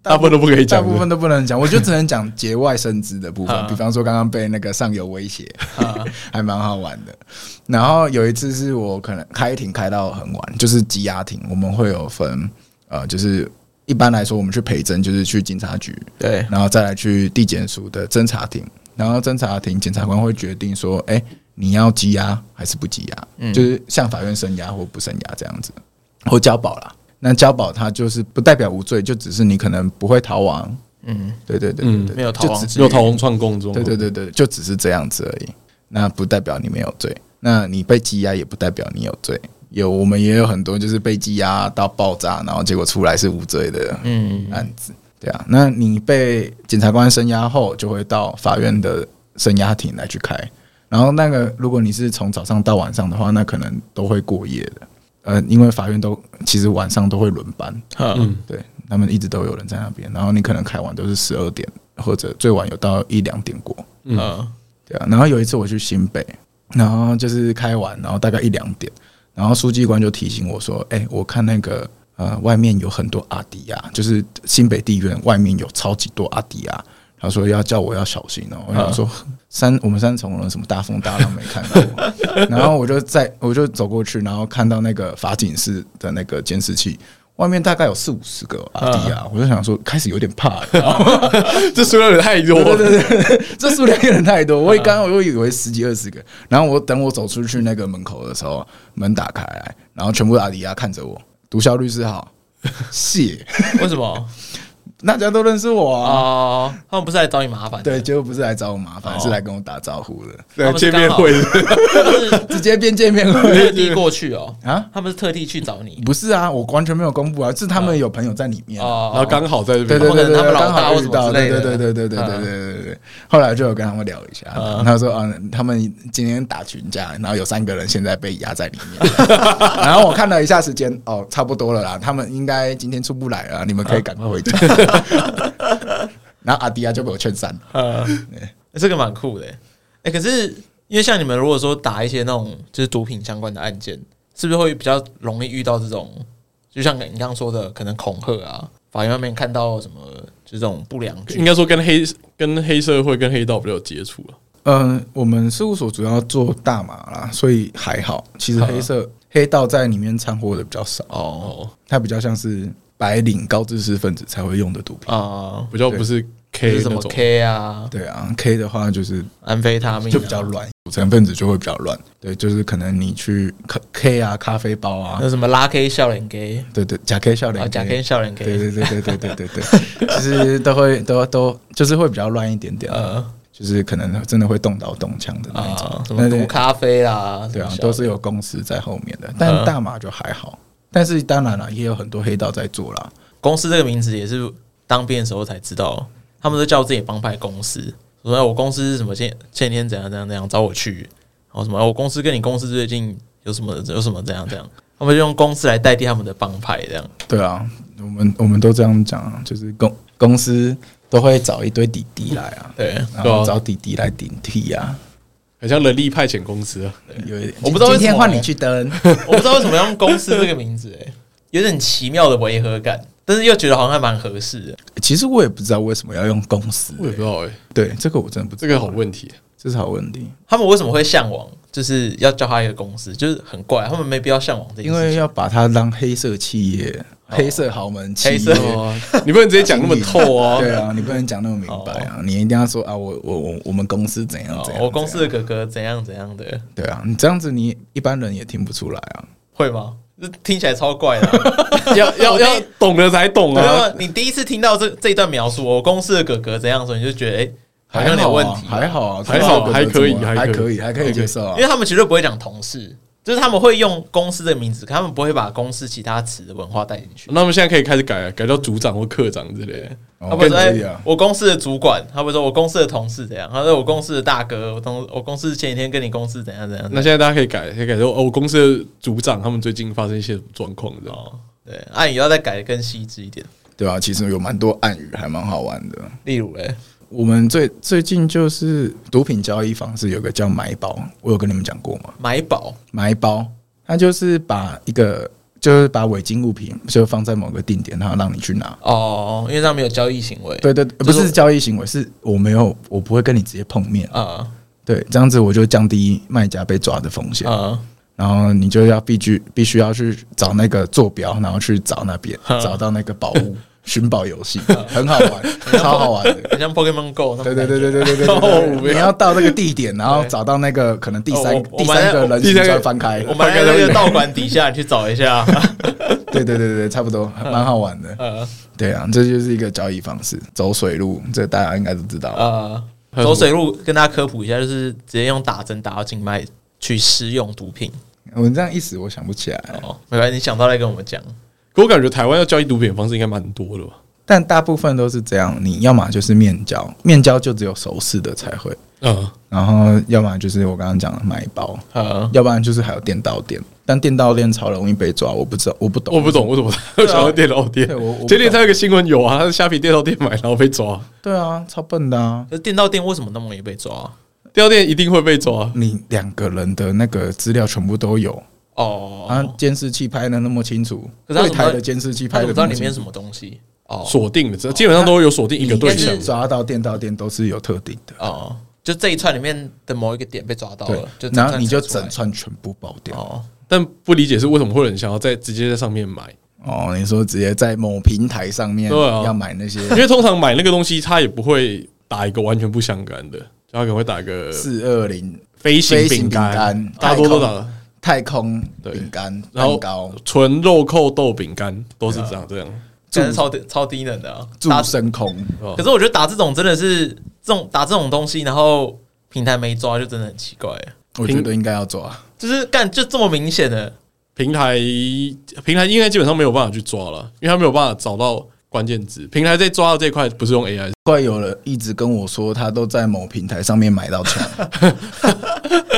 Speaker 2: 大部分都不可以
Speaker 3: 大
Speaker 2: 讲的。
Speaker 3: 部分都不能讲，我就只能讲节外生枝的部分
Speaker 1: 啊，
Speaker 3: 比方说刚刚被那个上游威胁，
Speaker 2: 啊
Speaker 3: [LAUGHS] 还蛮好玩的。然后有一次是我可能开庭开到很晚，就是羁押庭，我们会有分，呃，就是一般来说我们去陪侦，就是去警察局，
Speaker 1: 对，
Speaker 3: 然后再来去地检署的侦查庭，然后侦查庭检察官会决定说，哎、你要羁押还是不羁押，
Speaker 1: 嗯
Speaker 3: 就是向法院申押或不申押这样子，或交保啦。那交保它就是不代表无罪，就只是你可能不会逃亡。
Speaker 1: 嗯，
Speaker 3: 对对对对
Speaker 2: 嗯
Speaker 3: 对，
Speaker 1: 没有逃亡
Speaker 3: 就只
Speaker 1: 之
Speaker 2: 有逃亡串供中，
Speaker 3: 对对对对，就只是这样子而已。那不代表你没有罪，那你被羁押也不代表你有罪。有我们也有很多就是被羁押到爆炸，然后结果出来是无罪的，
Speaker 1: 嗯，
Speaker 3: 案子，对啊。那你被检察官声押后，就会到法院的声押庭来去开。然后那个，如果你是从早上到晚上的话，那可能都会过夜的。呃，因为法院都其实晚上都会轮班，
Speaker 1: 嗯，
Speaker 2: 嗯，
Speaker 3: 对他们一直都有人在那边。然后你可能开完都是十二点，或者最晚有到一两点过，
Speaker 2: 嗯
Speaker 1: 嗯，
Speaker 3: 对啊。然后有一次我去新北，然后就是开完，然后大概一两点，然后书记官就提醒我说：“哎、我看那个呃，外面有很多阿迪亚，就是新北地院外面有超级多阿迪亚。”他说要叫我要小心哦、我想说三我们三重人什么大风大浪没看过，然后我就在我就走过去，然后看到那个法警室的那个监视器。外面大概有四五十个阿迪亚，我就想说开始有点怕了，
Speaker 2: 这数量有点太多了。
Speaker 3: 对对对对，这数量有点太多。我一刚刚我又以为十几二十个，然后我等我走出去那个门口的时候，门打开来，然后全部阿迪亚看着我，毒枭律师好， [LAUGHS] 谢，
Speaker 1: 为什么？
Speaker 3: 大家都认识我啊。
Speaker 1: 哦，他们不是来找你麻烦的，
Speaker 3: 对，结果不是来找我麻烦，
Speaker 1: 哦
Speaker 3: 是来跟我打招呼的，
Speaker 1: 他
Speaker 2: 对，
Speaker 1: 们是
Speaker 2: 见
Speaker 1: 刚
Speaker 2: 面
Speaker 1: 好
Speaker 2: 会
Speaker 3: 直接变见面
Speaker 1: 特
Speaker 3: 会
Speaker 1: 地过去哦，
Speaker 3: 啊？
Speaker 1: 他们是特地去
Speaker 2: [LAUGHS]
Speaker 1: 找你
Speaker 3: 不是啊，我完全没有公布啊，是他们有朋友在里面啊。
Speaker 1: 哦，
Speaker 2: [LAUGHS] 然后刚好在这
Speaker 3: 对
Speaker 2: 边，
Speaker 3: 对对对，
Speaker 1: 他们老
Speaker 3: 刚
Speaker 1: 大或
Speaker 3: 好遇
Speaker 1: 什么
Speaker 3: 到，
Speaker 1: 之
Speaker 3: 对
Speaker 1: 类
Speaker 3: 对
Speaker 1: 的
Speaker 3: 对对对对对对对对。后来就有跟他们聊一下，
Speaker 1: 嗯
Speaker 3: 他说啊，他们今天打群架，然后有三个人现在被压在里
Speaker 1: [LAUGHS]
Speaker 3: 面。然后我看了一下时间，哦，差不多了啦，他们应该今天出不来啊了，你们可以赶快回家。
Speaker 1: 嗯
Speaker 3: [LAUGHS] 然后阿迪亚就被我劝散了，
Speaker 1: 呃，欸这个蛮酷的欸。哎、可是因为像你们如果说打一些那种就是毒品相关的案件，是不是会比较容易遇到这种？就像你刚刚说的，可能恐吓啊，法院外面看到什么，就这种不良
Speaker 2: 应
Speaker 1: 剧。
Speaker 2: 该说跟黑跟黑社会、跟黑道比较有接触啊了。
Speaker 3: 嗯，我们事务所主要做大麻啦，所以还好。其实黑色黑道在里面掺和的比较少，
Speaker 1: 嗯哦
Speaker 2: 哦，
Speaker 3: 它比较像是白领高知识分子才会用的毒品。
Speaker 1: 啊，
Speaker 2: 比较不是
Speaker 1: 就
Speaker 2: K
Speaker 1: 是什
Speaker 2: 那
Speaker 1: 么
Speaker 2: 种，
Speaker 1: K 啊，
Speaker 3: 对啊，K 的话就是
Speaker 1: 安非他命、啊、
Speaker 3: 就比较，乱，组成分子就会比较乱。对，就是可能你去 K K 啊、咖啡包啊，
Speaker 1: 那什么拉 K 笑脸 K
Speaker 3: 对对，假 K 笑脸
Speaker 1: 啊，
Speaker 3: K，
Speaker 1: 假 K 笑脸
Speaker 3: 对
Speaker 1: K，
Speaker 3: 对对对对对对对，其实都会都都就是会比较乱一点点，啊
Speaker 1: 呃
Speaker 3: 就是可能真的会动刀动枪的那一种
Speaker 1: 啊，，什么
Speaker 3: 那
Speaker 1: 毒
Speaker 3: 对
Speaker 1: 咖啡啦，
Speaker 3: 对啊
Speaker 1: 什么，小
Speaker 3: 都是有公司在后面的，但
Speaker 1: 嗯
Speaker 3: 大麻就还好。但是当然了，也有很多黑道在做啦。
Speaker 1: 公司这个名字也是当兵的时候才知道，他们都叫自己帮派公司。说哎我公司什么前前天怎样怎样怎样找我去，然后什么哎我公司跟你公司最近有什么有什么怎样怎样，他们就用公司来代替他们的帮派这样。
Speaker 3: 对啊，我们我们都这样讲啊，就是公公司都会找一堆弟弟来啊，
Speaker 1: 对，
Speaker 3: 然
Speaker 2: 对
Speaker 3: 后
Speaker 2: 啊
Speaker 3: 找弟弟来顶替啊。
Speaker 2: 很像人力派遣公司啊。
Speaker 3: 有一点，
Speaker 1: 我不知道为
Speaker 3: 今
Speaker 1: 什么
Speaker 3: 天换你去登，
Speaker 1: 我不知道为什么要用公司这个名字、哎，有点奇妙的违和感，但是又觉得好像还蛮合适的。
Speaker 3: [LAUGHS] 其实我也不知道为什么要用公司、
Speaker 2: 我也不知道哎，
Speaker 3: 对，这个我真的不知
Speaker 2: 这
Speaker 3: 道，
Speaker 2: 个好问题。
Speaker 3: 这是好问题，
Speaker 1: 他们为什么会向往，就是要叫他一个公司，就是很怪，他们没必要向往这件
Speaker 3: 因
Speaker 1: 事
Speaker 3: 为
Speaker 1: 情。
Speaker 3: 要把它当黑色企业、黑色豪门企业。
Speaker 1: 黑色对
Speaker 2: 哦，你不能直接讲那么透啊。
Speaker 3: [LAUGHS] 对啊，你不能讲那么明白啊！你一定要说啊，我我我我们公司怎样怎
Speaker 1: 哦
Speaker 3: 样，
Speaker 1: 我公司
Speaker 3: 怎
Speaker 1: 的
Speaker 3: 样
Speaker 1: 哥哥怎样怎样的，
Speaker 3: 对啊，你这样子你一般人也听不出来啊。
Speaker 1: 会吗？这听起来超怪
Speaker 3: [LAUGHS]
Speaker 1: 的啊、
Speaker 2: 要要要懂的才懂
Speaker 1: 对
Speaker 2: 啊。
Speaker 1: 啊，你第一次听到这这一段描述，我公司的哥哥怎样的时候，你就觉得哎、好像有点问题、
Speaker 3: 还好啊，
Speaker 2: 还好
Speaker 3: 公司
Speaker 2: 还
Speaker 3: 的哥哥
Speaker 2: 可以
Speaker 3: 怎么
Speaker 2: 还
Speaker 3: 还
Speaker 2: 可以
Speaker 3: 可以，还可以接受啊
Speaker 1: 因。为他们绝对不会讲同事，就是他们会用公司的名字，可他们不会把公司其他词的文化带进去。
Speaker 2: 那我们现在可以开始改，改叫组长或科长之类的。
Speaker 1: 他
Speaker 3: 嗯哦
Speaker 1: 不会
Speaker 3: 更
Speaker 1: 说、
Speaker 3: 可以
Speaker 1: 哎
Speaker 3: 啊，
Speaker 1: 我公司的主管，他会说我公司的同事怎样，他说我公司的大哥，我同我公司前几天跟你公司怎样怎样怎
Speaker 2: 那
Speaker 1: 样。
Speaker 2: 现在大家可以改，可以改说哦，我公司的组长他们最近发生一些状况，这样。
Speaker 1: 哦，对，暗语要再改的更细致一点。
Speaker 3: 对啊，其实有蛮多暗语，还蛮好玩的。
Speaker 1: 例如嘞，
Speaker 3: 我们最最近就是毒品交易方式有个叫买包，我有跟你们讲过吗？
Speaker 1: 买宝
Speaker 3: 买包，它就是把一个就是把违禁物品就放在某个定点，然后让你去拿。
Speaker 1: 哦，因为他没有交易行为。
Speaker 3: 对对，对
Speaker 1: 就
Speaker 3: 不
Speaker 1: 是
Speaker 3: 是交易行为，是我没有，我不会跟你直接碰面。
Speaker 1: 啊
Speaker 3: 对，这样子我就降低卖家被抓的风险。
Speaker 1: 啊
Speaker 3: 然后你就要必须必须要去找那个坐标，然后去找那边找到那个宝
Speaker 1: [LAUGHS]
Speaker 3: 物，寻宝游戏
Speaker 1: 啊
Speaker 3: 很好玩，超好玩的。
Speaker 1: 很像 Pokemon Go 那种
Speaker 3: 对
Speaker 1: 感觉。
Speaker 3: 对对对对对对对
Speaker 2: 超无
Speaker 3: 对，
Speaker 2: 聊
Speaker 3: 你要到那个地点，然后
Speaker 1: 对
Speaker 3: 找到那个可能第
Speaker 1: 哦
Speaker 3: 三
Speaker 1: 我我
Speaker 3: 第
Speaker 1: 们
Speaker 3: 三个人
Speaker 2: 第
Speaker 3: 形
Speaker 2: 三个
Speaker 3: 再翻开，
Speaker 1: 我们在那个道馆底下你去找一
Speaker 3: [LAUGHS]
Speaker 1: 下。
Speaker 3: 对对对对对，差不多，蛮好玩的。
Speaker 1: 呃
Speaker 3: 对啊，这就是一个交易方式，走水路，这大家应该都知道。
Speaker 1: 呃，走水路跟大家科普一下，就是直接用打针打到静脉去施用毒品。
Speaker 3: 我这样一时我想不起来，
Speaker 1: 哦，没关系，你想到再跟我们讲。
Speaker 2: 可我感觉台湾要交易毒品的方式应该蛮多的吧？
Speaker 3: 但大部分都是这样，你要么就是面交，面交就只有熟识的才会，
Speaker 2: 嗯，
Speaker 3: 然后要么就是我刚刚讲的买包，
Speaker 1: 呃，
Speaker 3: 要不然就是还有电到店，但电到店超容易被抓，我不知道，我不懂，
Speaker 2: 我不懂，我怎么会想到电脑店
Speaker 3: 对我我不？
Speaker 2: 前几天有个新闻有啊，他是虾皮电脑店买，然后被抓，
Speaker 3: 对啊，超笨的啊！
Speaker 1: 可是电到店为什么那么容易被抓？
Speaker 2: 电脑店一定会被抓。
Speaker 3: 你两个人的那个资料全部都有，啊
Speaker 1: 哦，，
Speaker 3: 监视器拍的那么清楚，
Speaker 1: 可是他怎么
Speaker 3: 柜
Speaker 1: 知道
Speaker 3: 台的监视器
Speaker 1: 他
Speaker 3: 拍
Speaker 1: 怎
Speaker 3: 的
Speaker 1: 么知道里面什么东西？哦
Speaker 2: 锁定的，这基本上都有锁定一个对
Speaker 1: 应该
Speaker 2: 象
Speaker 1: 是。
Speaker 3: 抓到电到店都是有特定的，
Speaker 1: 哦，就这一串里面的某一个点被抓到
Speaker 3: 对
Speaker 1: 了，哦就，
Speaker 3: 然后你就
Speaker 1: 整串
Speaker 3: 整串全部爆
Speaker 1: 查出来
Speaker 3: 掉。
Speaker 1: 哦，
Speaker 2: 但不理解是为什么会有人想要在直接在上面
Speaker 3: [LAUGHS]
Speaker 2: 买，
Speaker 3: 哦，你说直接在某平台上面
Speaker 2: 对啊
Speaker 3: 要买
Speaker 1: [LAUGHS]
Speaker 3: 那些
Speaker 2: 因为通常买那个东西，他也不会打一个完全不相干的，就他可能会打一个
Speaker 3: 四二零
Speaker 2: 飞行
Speaker 3: 飞
Speaker 2: 饼
Speaker 3: 行饼
Speaker 2: 干
Speaker 3: 干，
Speaker 2: 大多都
Speaker 3: 太
Speaker 2: 打
Speaker 3: 太空
Speaker 2: 对
Speaker 3: 饼干
Speaker 2: 然后
Speaker 3: 蛋糕、
Speaker 2: 纯肉扣豆饼干，都是长
Speaker 3: 啊
Speaker 2: 这样。
Speaker 1: 真的超低超低能的、啊。
Speaker 3: 祝
Speaker 1: 打，
Speaker 3: 升空，
Speaker 2: 哦
Speaker 1: 可是我觉得打这种真的是这种打这种东西，然后平台没抓，就真的很奇怪。
Speaker 3: 我觉得应该要抓。
Speaker 1: 就是干就这么明显的，
Speaker 2: 平台平台应该基本上没有办法去抓了，因为他没有办法找到关键字。平台在抓到这一块不是用 AI，
Speaker 3: 怪有人一直跟我说，他都在某平台上面买
Speaker 1: [LAUGHS]
Speaker 3: 到枪。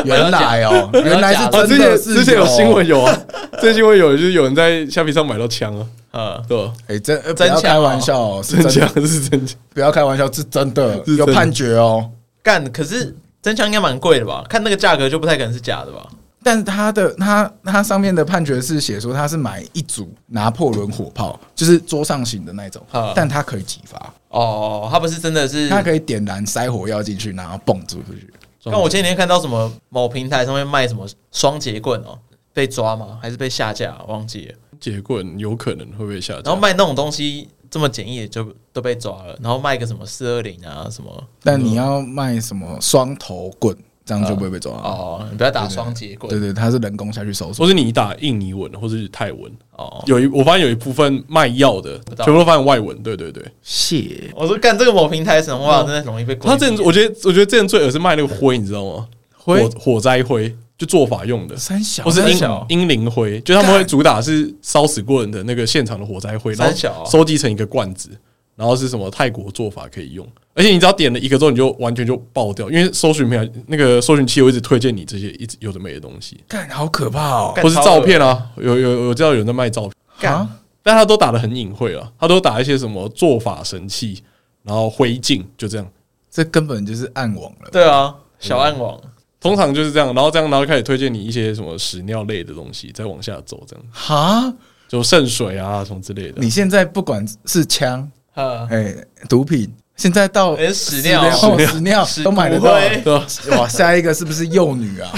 Speaker 3: 原来哦，原来是
Speaker 1: 哦
Speaker 2: 哦，之
Speaker 3: 真
Speaker 2: 前
Speaker 3: 的是
Speaker 2: 之前有新闻，有 [LAUGHS] 啊，之前新闻有就是有人在虾皮上买到枪啊，
Speaker 1: 呃，
Speaker 2: 对吧？
Speaker 3: 哎，真呃不
Speaker 1: 真
Speaker 3: 要
Speaker 1: 枪
Speaker 3: 开
Speaker 1: 哦
Speaker 3: 玩笑哦，是
Speaker 2: 真
Speaker 3: 真
Speaker 2: 枪
Speaker 3: 的，
Speaker 2: 是真枪，
Speaker 3: 不要开玩笑，是真的
Speaker 2: 是真
Speaker 3: 有
Speaker 2: 的
Speaker 3: 判决哦。
Speaker 1: 干可是真枪应该蛮贵的吧？看那个价格就不太可能是假的吧？
Speaker 3: 但是他的他他上面的判决是写说他是买一组拿破仑火炮，就是桌上型的那种
Speaker 1: 啊，
Speaker 3: 但他可以击发，
Speaker 1: 哦，他不是真的是。
Speaker 3: 他可以点燃塞火药进去，然后蹦出去。
Speaker 1: 但我前几天看到什么某平台上面卖什么双节棍哦，被抓吗？还是被下架？忘记了。
Speaker 2: 结棍有可能会被下
Speaker 1: 然后
Speaker 2: 架。
Speaker 1: 卖那种东西这么简易的就都被抓了，然后卖个什么四二零啊什么
Speaker 3: 但你要卖什么双头棍，这样就不会被抓。
Speaker 1: 哦，你不要打双节棍
Speaker 3: 对对，他是人工下去搜索。
Speaker 2: 说是你打印尼文或是泰文，
Speaker 1: 哦。
Speaker 2: 有一我发现有一部分卖药的，
Speaker 1: 知道
Speaker 2: 全部都发现外文。对对对，
Speaker 3: 谢
Speaker 1: 我说干这个某平台神话真的容易被规
Speaker 2: 他
Speaker 1: 避。
Speaker 2: 之前我觉得我觉得之前最恶是卖那个灰，你知道吗？
Speaker 3: 灰
Speaker 2: 火火灾灰，就做法用的。
Speaker 3: 三小
Speaker 2: 不是
Speaker 1: 三
Speaker 2: 英
Speaker 1: 小
Speaker 2: 英灵灰，就他们会主打是烧死过人的那个现场的火灾灰，然
Speaker 1: 三小
Speaker 2: 后
Speaker 1: 啊
Speaker 2: 收集成一个罐子，然后是什么泰国做法可以用。而且你只要点了一个之后，你就完全就爆掉，因为搜寻平台那个搜寻器会一直推荐你这些一直有的没的东西，
Speaker 3: 干好可怕哦！
Speaker 1: 干
Speaker 2: 或是照片啊，有有有知道有人在卖照片，
Speaker 1: 干
Speaker 3: 啊
Speaker 2: 但他都打的很隐晦啊，他都打一些什么做法神器，然后灰烬就这样，
Speaker 3: 这根本就是暗网了。
Speaker 1: 对啊，小暗网
Speaker 2: 通常就是这样，然后这样然后开始推荐你一些什么屎尿类的东西，再往下走这样，
Speaker 3: 哈，
Speaker 2: 就圣水啊什么之类的。
Speaker 3: 你现在不管是枪，
Speaker 1: 呵
Speaker 3: 哎，毒品，现在到
Speaker 1: 连哎屎尿
Speaker 3: 哦屎尿
Speaker 1: 屎
Speaker 3: 都买得
Speaker 1: 骨
Speaker 3: 到。
Speaker 1: 灰
Speaker 2: [LAUGHS] 对吧？啊
Speaker 3: 哇，下一个是不是幼
Speaker 1: [LAUGHS]
Speaker 3: 女啊？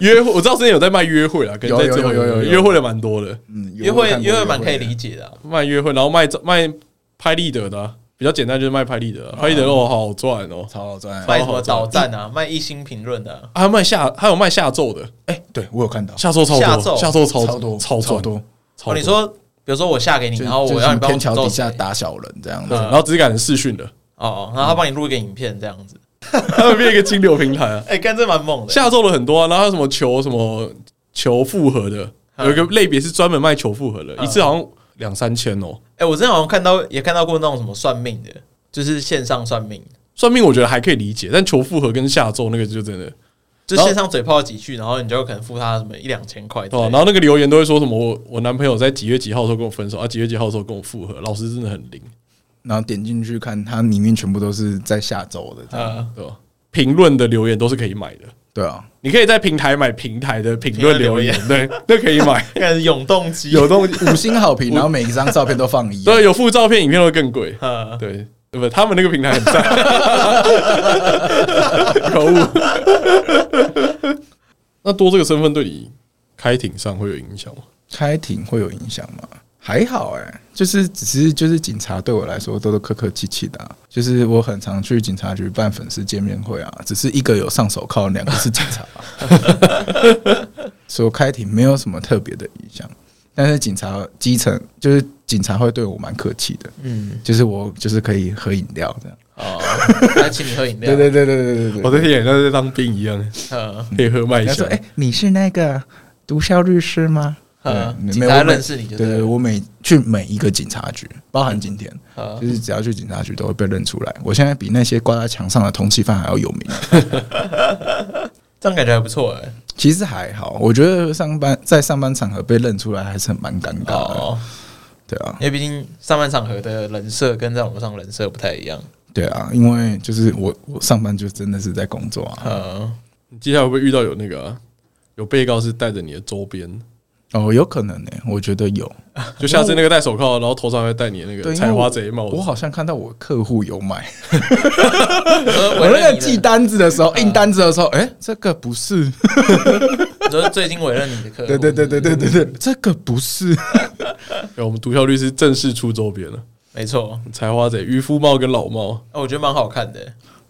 Speaker 2: 约会，我知道之前有在卖约会啦，跟
Speaker 3: 有
Speaker 2: 在
Speaker 3: 有
Speaker 2: 这种
Speaker 3: 有有有有
Speaker 2: 约会的蛮多的，
Speaker 3: 嗯，
Speaker 1: 约
Speaker 3: 我
Speaker 1: 会
Speaker 3: 看过
Speaker 1: 约会蛮可以
Speaker 3: 的
Speaker 1: 理解的啊、
Speaker 2: 卖约会，然后卖卖拍立得的啊、比较简单就是卖拍立得啊、拍立得哦，好好赚哦。
Speaker 3: 超好赚。
Speaker 1: 卖
Speaker 2: 好
Speaker 1: 什么导
Speaker 2: 赚
Speaker 1: 弹啊，卖一星评论的啊、
Speaker 2: 还有卖下，还有卖下咒的，
Speaker 3: 哎，对我有看到，
Speaker 2: 下咒超
Speaker 1: 下
Speaker 2: 多，
Speaker 1: 咒
Speaker 2: 下咒超
Speaker 3: 超多
Speaker 2: 超
Speaker 3: 超
Speaker 2: 赚
Speaker 3: 多，
Speaker 2: 超
Speaker 1: 哦，
Speaker 2: 多
Speaker 1: 你，说，比如说我下给你，
Speaker 3: 就
Speaker 1: 然后
Speaker 3: 就
Speaker 1: 我
Speaker 3: 什
Speaker 1: 要
Speaker 3: 么
Speaker 1: 你帮我
Speaker 3: 天桥底
Speaker 1: 揍谁嗯
Speaker 3: 下打小人这样
Speaker 2: 对
Speaker 3: 子。
Speaker 2: 然后只敢视讯的， [LAUGHS]
Speaker 1: 哦，然后他帮你录一个影片这样子。
Speaker 3: 嗯
Speaker 2: 他们变一个金流平台啊，
Speaker 1: 哎、干这蛮猛的。
Speaker 2: 下咒的很多啊，然后还有什么求什么求复合的，
Speaker 1: 嗯
Speaker 2: 有一个类别是专门卖求复合的，
Speaker 1: 嗯
Speaker 2: 一次好像两三千哦。
Speaker 1: 哎、我之前好像看到也看到过那种什么算命的，就是线上算命，
Speaker 2: 算命我觉得还可以理解，但求复合跟下咒那个就真的
Speaker 1: 就
Speaker 2: 然后
Speaker 1: 线上嘴炮几句，然后你就可能付他什么一两千块之
Speaker 2: 哦，
Speaker 1: 类
Speaker 2: 然
Speaker 1: 的。
Speaker 2: 后那个留言都会说什么我我男朋友在几月几号的时候跟我分手啊，几月几号的时候跟我复合，老师真的很灵。
Speaker 3: 然后点进去看，它里面全部都是在下周的这
Speaker 1: 嗯
Speaker 3: 样，
Speaker 2: 啊，
Speaker 3: 对吧
Speaker 2: 评论的留言都是可以买的。
Speaker 3: 对啊，
Speaker 2: 你可以在平台买平台的评论留言，
Speaker 1: 评
Speaker 2: 对，那可以买。
Speaker 1: 看永动机
Speaker 3: 有东西五星
Speaker 1: [LAUGHS]
Speaker 3: 好评，然后每一张照片都放一样，
Speaker 2: 对，有附照片，影片会更贵。
Speaker 1: 呃
Speaker 2: 对，不，他们那个平台很赞。 [LAUGHS] 可恶！ [LAUGHS] 那多这个身份对你开庭上会有影响吗？
Speaker 3: 开庭会有影响吗？还好哎、就是只是就是警察对我来说都是客客气气的啊、就是我很常去警察局办粉丝见面会啊，只是一个有上手铐，两个是警察、 [LAUGHS] 啊，所以我开庭没有什么特别的影响。但是警察基层就是警察会对我蛮客气的，
Speaker 1: 嗯，
Speaker 3: 就是我就是可以喝饮料这样。
Speaker 1: 哦，他请你喝饮料，
Speaker 3: 对对对对对对
Speaker 2: 我
Speaker 3: 对。
Speaker 2: 的天，那在当兵一样，
Speaker 1: 呃
Speaker 2: 可以喝麦
Speaker 3: 他
Speaker 2: 香
Speaker 3: 说：“哎、。你是那个毒枭律师吗？”
Speaker 1: 呃，
Speaker 3: 对
Speaker 1: 警
Speaker 3: 没有
Speaker 1: 察
Speaker 3: 我每
Speaker 1: 认识你就对
Speaker 3: 对对，
Speaker 1: 了，
Speaker 3: 我每去每一个警察局，包含今天，
Speaker 1: 呃
Speaker 2: 嗯
Speaker 3: 就，是只要去警察局都会被认出来。我现在比那些挂在墙上的通缉犯还要有名。
Speaker 2: [LAUGHS]
Speaker 1: 这样感觉还不错哎，
Speaker 3: 其实还好，我觉得上班在上班场合被认出来还是很蛮尴尬的。
Speaker 1: 哦，
Speaker 3: 对啊，
Speaker 1: 因为毕竟上半场合的人设跟在网络上人设不太一样，
Speaker 3: 对啊，因为就是我我上班就真的是在工作
Speaker 2: 嗯
Speaker 3: 啊。
Speaker 1: 呃，
Speaker 2: 你接下来会不会遇到有那个啊、有被告是带着你的周边？
Speaker 3: 哦，有可能呢、我觉得有。
Speaker 2: 就下次那个戴手铐，然后头上会戴你的那个
Speaker 3: 对因为
Speaker 2: 采花贼帽
Speaker 3: 我
Speaker 2: 子。
Speaker 3: 好像看到我客户有买，
Speaker 1: 我
Speaker 3: 我那个记单子的时
Speaker 2: 嗯
Speaker 3: 候，印单子的时候，哎、这个不是，
Speaker 1: 就是最近委任你的客户，
Speaker 3: [LAUGHS] 对对对对对对对，这个不是。
Speaker 2: 对，哎我们毒枭律师正式出周边了，
Speaker 1: 没错，
Speaker 2: 采花贼、渔夫帽跟老帽，
Speaker 1: 哦我觉得蛮好看的，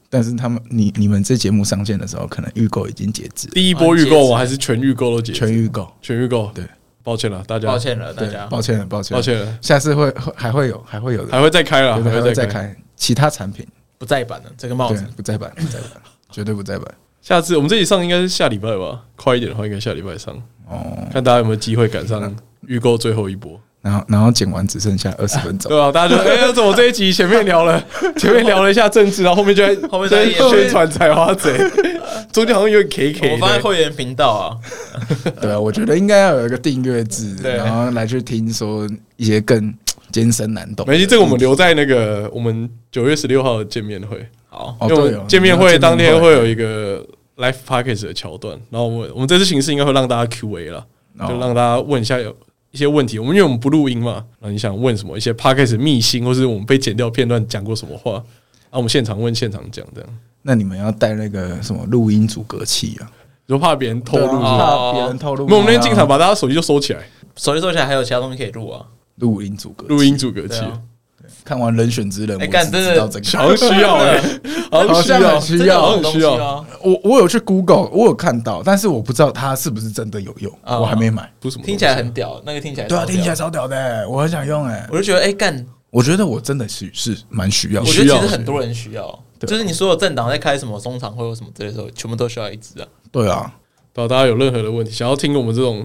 Speaker 3: 但是他们，你你们这节目上线的时候，可能预购已经截止了，
Speaker 2: 第一波预购我还是全预购都结，
Speaker 3: 全预购。
Speaker 2: 全预购。
Speaker 3: 对，
Speaker 2: 抱歉了，大家，
Speaker 1: 抱，歉了大
Speaker 3: 对
Speaker 1: 家，，
Speaker 3: 抱歉了，抱歉，
Speaker 2: 抱。歉了，
Speaker 3: 下次会会还会有，还会有的，
Speaker 2: 还会再开了，
Speaker 3: 对还
Speaker 2: 会哦
Speaker 3: 会
Speaker 2: 再
Speaker 3: 再
Speaker 2: 开。
Speaker 3: 开其他产品，
Speaker 1: 不再版了这个帽
Speaker 3: 对
Speaker 1: 子，，
Speaker 3: 不再版，不再版，绝对不再版。
Speaker 2: 下次我们这里上应该是下礼拜吧，快一点的话应该下礼拜上，
Speaker 3: 哦，
Speaker 2: 看大家有没有机会赶
Speaker 3: 嗯
Speaker 2: 上预购最后一波。
Speaker 3: 然后然后剪完只剩下二十分钟，
Speaker 2: [LAUGHS] 对啊，大家就哎，要怎么这一集前面聊
Speaker 3: [LAUGHS]
Speaker 2: 了，前面聊了一下政治，然后后面就在
Speaker 1: 后面在
Speaker 2: 在宣传采花贼，中间好像有点 K
Speaker 1: 我
Speaker 3: 啊
Speaker 2: K
Speaker 1: 放在
Speaker 2: 的。
Speaker 1: 会员频道啊，
Speaker 3: 对啊，我觉得应该要有一个订阅制，
Speaker 1: 对
Speaker 3: 然后来去听说一些更艰深难懂的。
Speaker 2: 没关系，这个我们留在那个我们九月十六号的见面会，
Speaker 1: 好，
Speaker 2: 因
Speaker 3: 哦，
Speaker 2: 为我
Speaker 3: 对哦
Speaker 2: 们，见面
Speaker 3: 你
Speaker 2: 会
Speaker 3: 要
Speaker 2: 当天会有一个 live package 的桥段，然后我们我们这次形式应该会让大家 Q A 了。就
Speaker 3: 哦
Speaker 2: 让大家问一下有一些问题。我们因为我们不录音嘛，那你想问什么？一些 podcast 秘辛，或是我们被剪掉片段讲过什么话？啊，我们现场问，现场讲，这样
Speaker 3: 那你们要带那个什么录音阻隔器啊？
Speaker 2: 就怕别人偷录。
Speaker 3: 对啊
Speaker 2: 是吧
Speaker 3: 怕别人透露。
Speaker 2: 没有哦我们那天进场把大家手机就收起来，
Speaker 1: 手机收起来还有其他东西可以录啊，
Speaker 3: 录音阻隔器
Speaker 2: 录音阻隔
Speaker 1: 对
Speaker 2: 器，
Speaker 1: 啊，
Speaker 3: 看完《人选之人》，
Speaker 1: 哎
Speaker 3: 我
Speaker 1: 干
Speaker 3: 只
Speaker 1: 真的
Speaker 3: 知道这个。
Speaker 2: 好像需要哎、好像需要
Speaker 3: 好像很需
Speaker 1: 真的
Speaker 3: 要
Speaker 1: 有
Speaker 2: 好像
Speaker 1: 东
Speaker 2: 需
Speaker 1: 西
Speaker 2: 要
Speaker 1: 哦，
Speaker 3: [LAUGHS] 我我有去 Google，我有看到，但是我不知道它是不是真的有用，
Speaker 1: 啊
Speaker 3: 我还没买。
Speaker 2: 不是什么东西
Speaker 1: 听起来很屌，那个听起来
Speaker 3: 对啊，
Speaker 1: 超屌
Speaker 3: 听起来，超屌的、我很想用哎、
Speaker 1: 我就觉得哎干，
Speaker 3: 我觉得我真的是是蛮需要
Speaker 1: 我
Speaker 3: 的，
Speaker 1: 觉
Speaker 2: 需
Speaker 1: 得
Speaker 2: 要
Speaker 1: 其实很多人需要，
Speaker 3: 对
Speaker 1: 就是你所有政党在开什么中场会或什么之类的时候，全部都需要一支啊，
Speaker 3: 对啊，
Speaker 2: 对啊大家有任何的问题，想要听我们这种，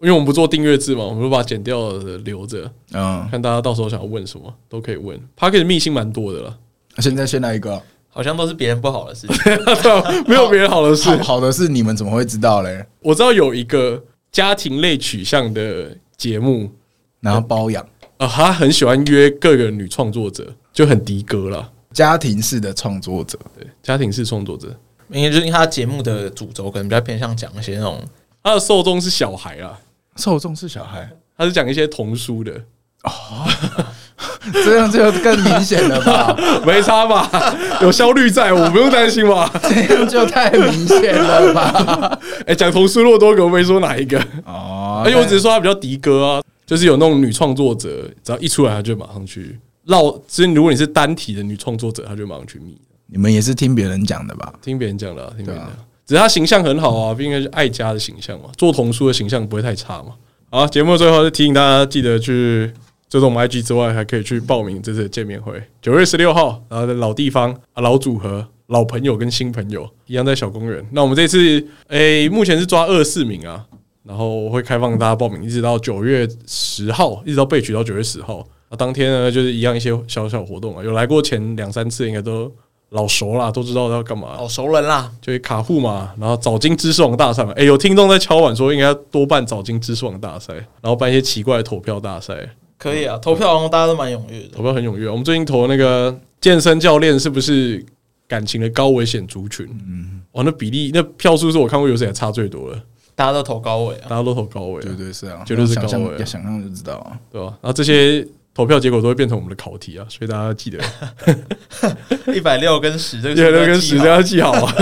Speaker 2: 因为我们不做订阅制嘛，我们就把剪掉的留着，
Speaker 3: 嗯，
Speaker 2: 看大家到时候想要问什么都可以问。podcast 秘辛蛮多的了，
Speaker 3: 现在先来一个啊，
Speaker 1: 好像都是别人不好的事情，
Speaker 2: [LAUGHS] 对啊没有别人好的事
Speaker 3: 好。好的是你们怎么会知道嘞？
Speaker 2: 我知道有一个家庭类取向的节目，
Speaker 3: 然后包养
Speaker 2: 啊，他很喜欢约各个女创作者，就很迪哥啦，
Speaker 3: 家庭式的创作者，
Speaker 2: 对，家庭式创作者，
Speaker 1: 因为就是他节目的主轴可能比较偏向讲一些那种
Speaker 2: 他的受众是小孩啦，
Speaker 3: 受众是小孩， [LAUGHS]
Speaker 2: 他是讲一些童书的，
Speaker 3: 这样就更明显了
Speaker 1: [LAUGHS]
Speaker 3: 吧？
Speaker 2: 没差吧？ [LAUGHS] 有效率在，我不用担心吧？
Speaker 3: 这样就太明显
Speaker 1: [LAUGHS]
Speaker 3: 了吧？
Speaker 2: 哎、讲童书那么多个，我没说哪一个，
Speaker 3: 哦，
Speaker 2: 而哎
Speaker 1: 哎
Speaker 2: 且我只是说他比较迪哥啊，就是有那种女创作者，只要一出来他就马上去绕，就是如果你是单体的女创作者，他就马上去密。
Speaker 3: 你们也是听别人讲的吧？
Speaker 2: 听别人讲的、啊，听别人
Speaker 3: 对
Speaker 2: 讲
Speaker 3: 啊。
Speaker 2: 只是他形象很好啊，应该是爱家的形象嘛，做童书的形象不会太差嘛。好，节目的最后就提醒大家，记得去追踪我们 IG 之外，还可以去报名这次的见面会，九月十六号，然后在老地方、啊、老组合、老朋友跟新朋友一样在小公园。那我们这次诶、目前是抓二四名啊，然后会开放大家报名，一直到九月十号，一直到被取到九月十号。那当天呢，就是一样一些小小活动啊，有来过前两三次，应该都老熟啦，都知道要干嘛。
Speaker 1: 老熟人啦，
Speaker 2: 就是卡户嘛，然后早金知识网大赛嘛。哎、有听众在敲碗说应该要多办早金知识网大赛，然后办一些奇怪的投票大赛。
Speaker 1: 可以啊，投票好像大家都蛮踊跃的
Speaker 2: 投。票很踊跃。我们最近投那个健身教练是不是感情的高危险族群？嗯，哇，那比例那票数是我看过有史以来差最多了，
Speaker 1: 大家都投高位啊。
Speaker 2: 大家都投高危
Speaker 3: 绝
Speaker 2: 啊，
Speaker 3: 对是啊，
Speaker 2: 绝对是
Speaker 3: 想象
Speaker 2: 高位啊
Speaker 3: 要想象就知道啊。
Speaker 2: 对吧、然后这些投票结果都会变成我们的考题啊，所以大家记得，
Speaker 1: [LAUGHS] 一百六跟十 [LAUGHS] 这个
Speaker 2: 记得
Speaker 1: 数字要
Speaker 2: 跟
Speaker 1: 记
Speaker 2: 时
Speaker 1: 好
Speaker 2: 间要记好啊。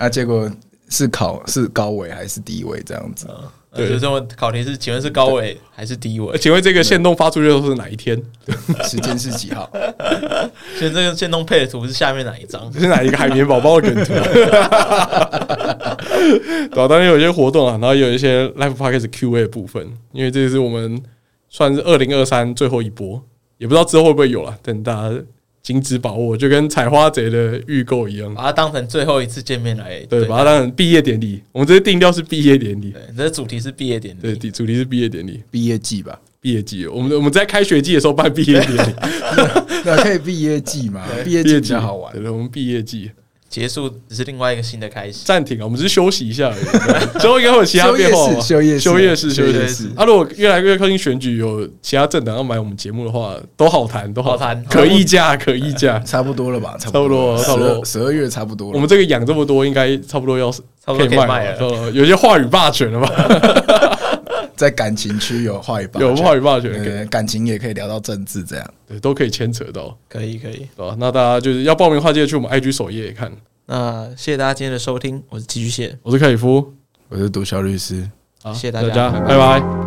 Speaker 3: 啊，结果是考是高位还是低位这样子？
Speaker 2: 啊
Speaker 1: 呃就
Speaker 2: 对
Speaker 1: 这种考题是，请问是高位还是低位？
Speaker 2: 请问这个限动发出去的时候是哪一天？
Speaker 3: 时间是几号？ [LAUGHS]
Speaker 1: 所以这个建东配的图是下面哪一张？
Speaker 2: 是哪一个海绵宝宝的梗图？ [LAUGHS] 对、啊，当然有一些活动啊，然后有一些 Live Podcast Q&A 的部分，因为这是我们算是二零二三最后一波，也不知道之后会不会有了，等大家紧紧把握，就跟采花贼的预购一
Speaker 3: 啊
Speaker 2: 样，
Speaker 1: 把它当成最后一次见面来
Speaker 2: 对，把它当成毕业典礼，我们这次定调是毕业典礼，
Speaker 1: 对，你这主题是毕业典
Speaker 2: 对，
Speaker 1: 礼，
Speaker 2: 主题是毕业典礼。
Speaker 3: 毕业季吧？
Speaker 2: 毕业季，我们我们在开学季的时候办毕业典礼，
Speaker 3: 那啊可以毕业季嘛？ [LAUGHS] 毕业季比较好玩
Speaker 2: 对，。对我们毕业季
Speaker 1: 结束只是另外一个新的开始。
Speaker 2: 暂停啊，我们只是休息一下而已。 [LAUGHS] 之后应该会有其他
Speaker 3: 休业
Speaker 2: 变化
Speaker 3: 式，
Speaker 2: 吧？
Speaker 3: 休业式，
Speaker 2: 休业式，休业式。
Speaker 3: 式。
Speaker 2: 啊，如果越来越靠近选举，有其他政党要买我们节目的话，都好谈，都谈，
Speaker 1: 好谈
Speaker 2: 可议价，可议价。
Speaker 3: 差不多了吧？
Speaker 2: 差
Speaker 3: 差
Speaker 2: 不多了
Speaker 3: 十二月差不多
Speaker 2: [LAUGHS] 我
Speaker 3: 了。
Speaker 2: 们这个养这么多，应该差不多要
Speaker 1: 差不
Speaker 2: 可
Speaker 1: 多
Speaker 2: 以
Speaker 1: 可以卖
Speaker 2: 卖
Speaker 1: 了
Speaker 2: 了，差不多有些话语霸权了吧？
Speaker 3: 在感情区有话语霸权，
Speaker 2: 有话语霸权，
Speaker 3: 对，
Speaker 2: 可以
Speaker 3: 对感情也可以聊到政治这样。
Speaker 2: 对，都可以牵扯到，
Speaker 1: 可以可以，
Speaker 2: 对吧？那大家就是要报名的话，记得去我们 IG 首页看。
Speaker 1: 那谢谢大家今天的收听，我是寄居蟹，
Speaker 2: 我是克里夫，
Speaker 3: 我是毒枭律师。
Speaker 2: 好，
Speaker 1: 谢谢大
Speaker 2: 大
Speaker 1: 家
Speaker 2: 拜拜。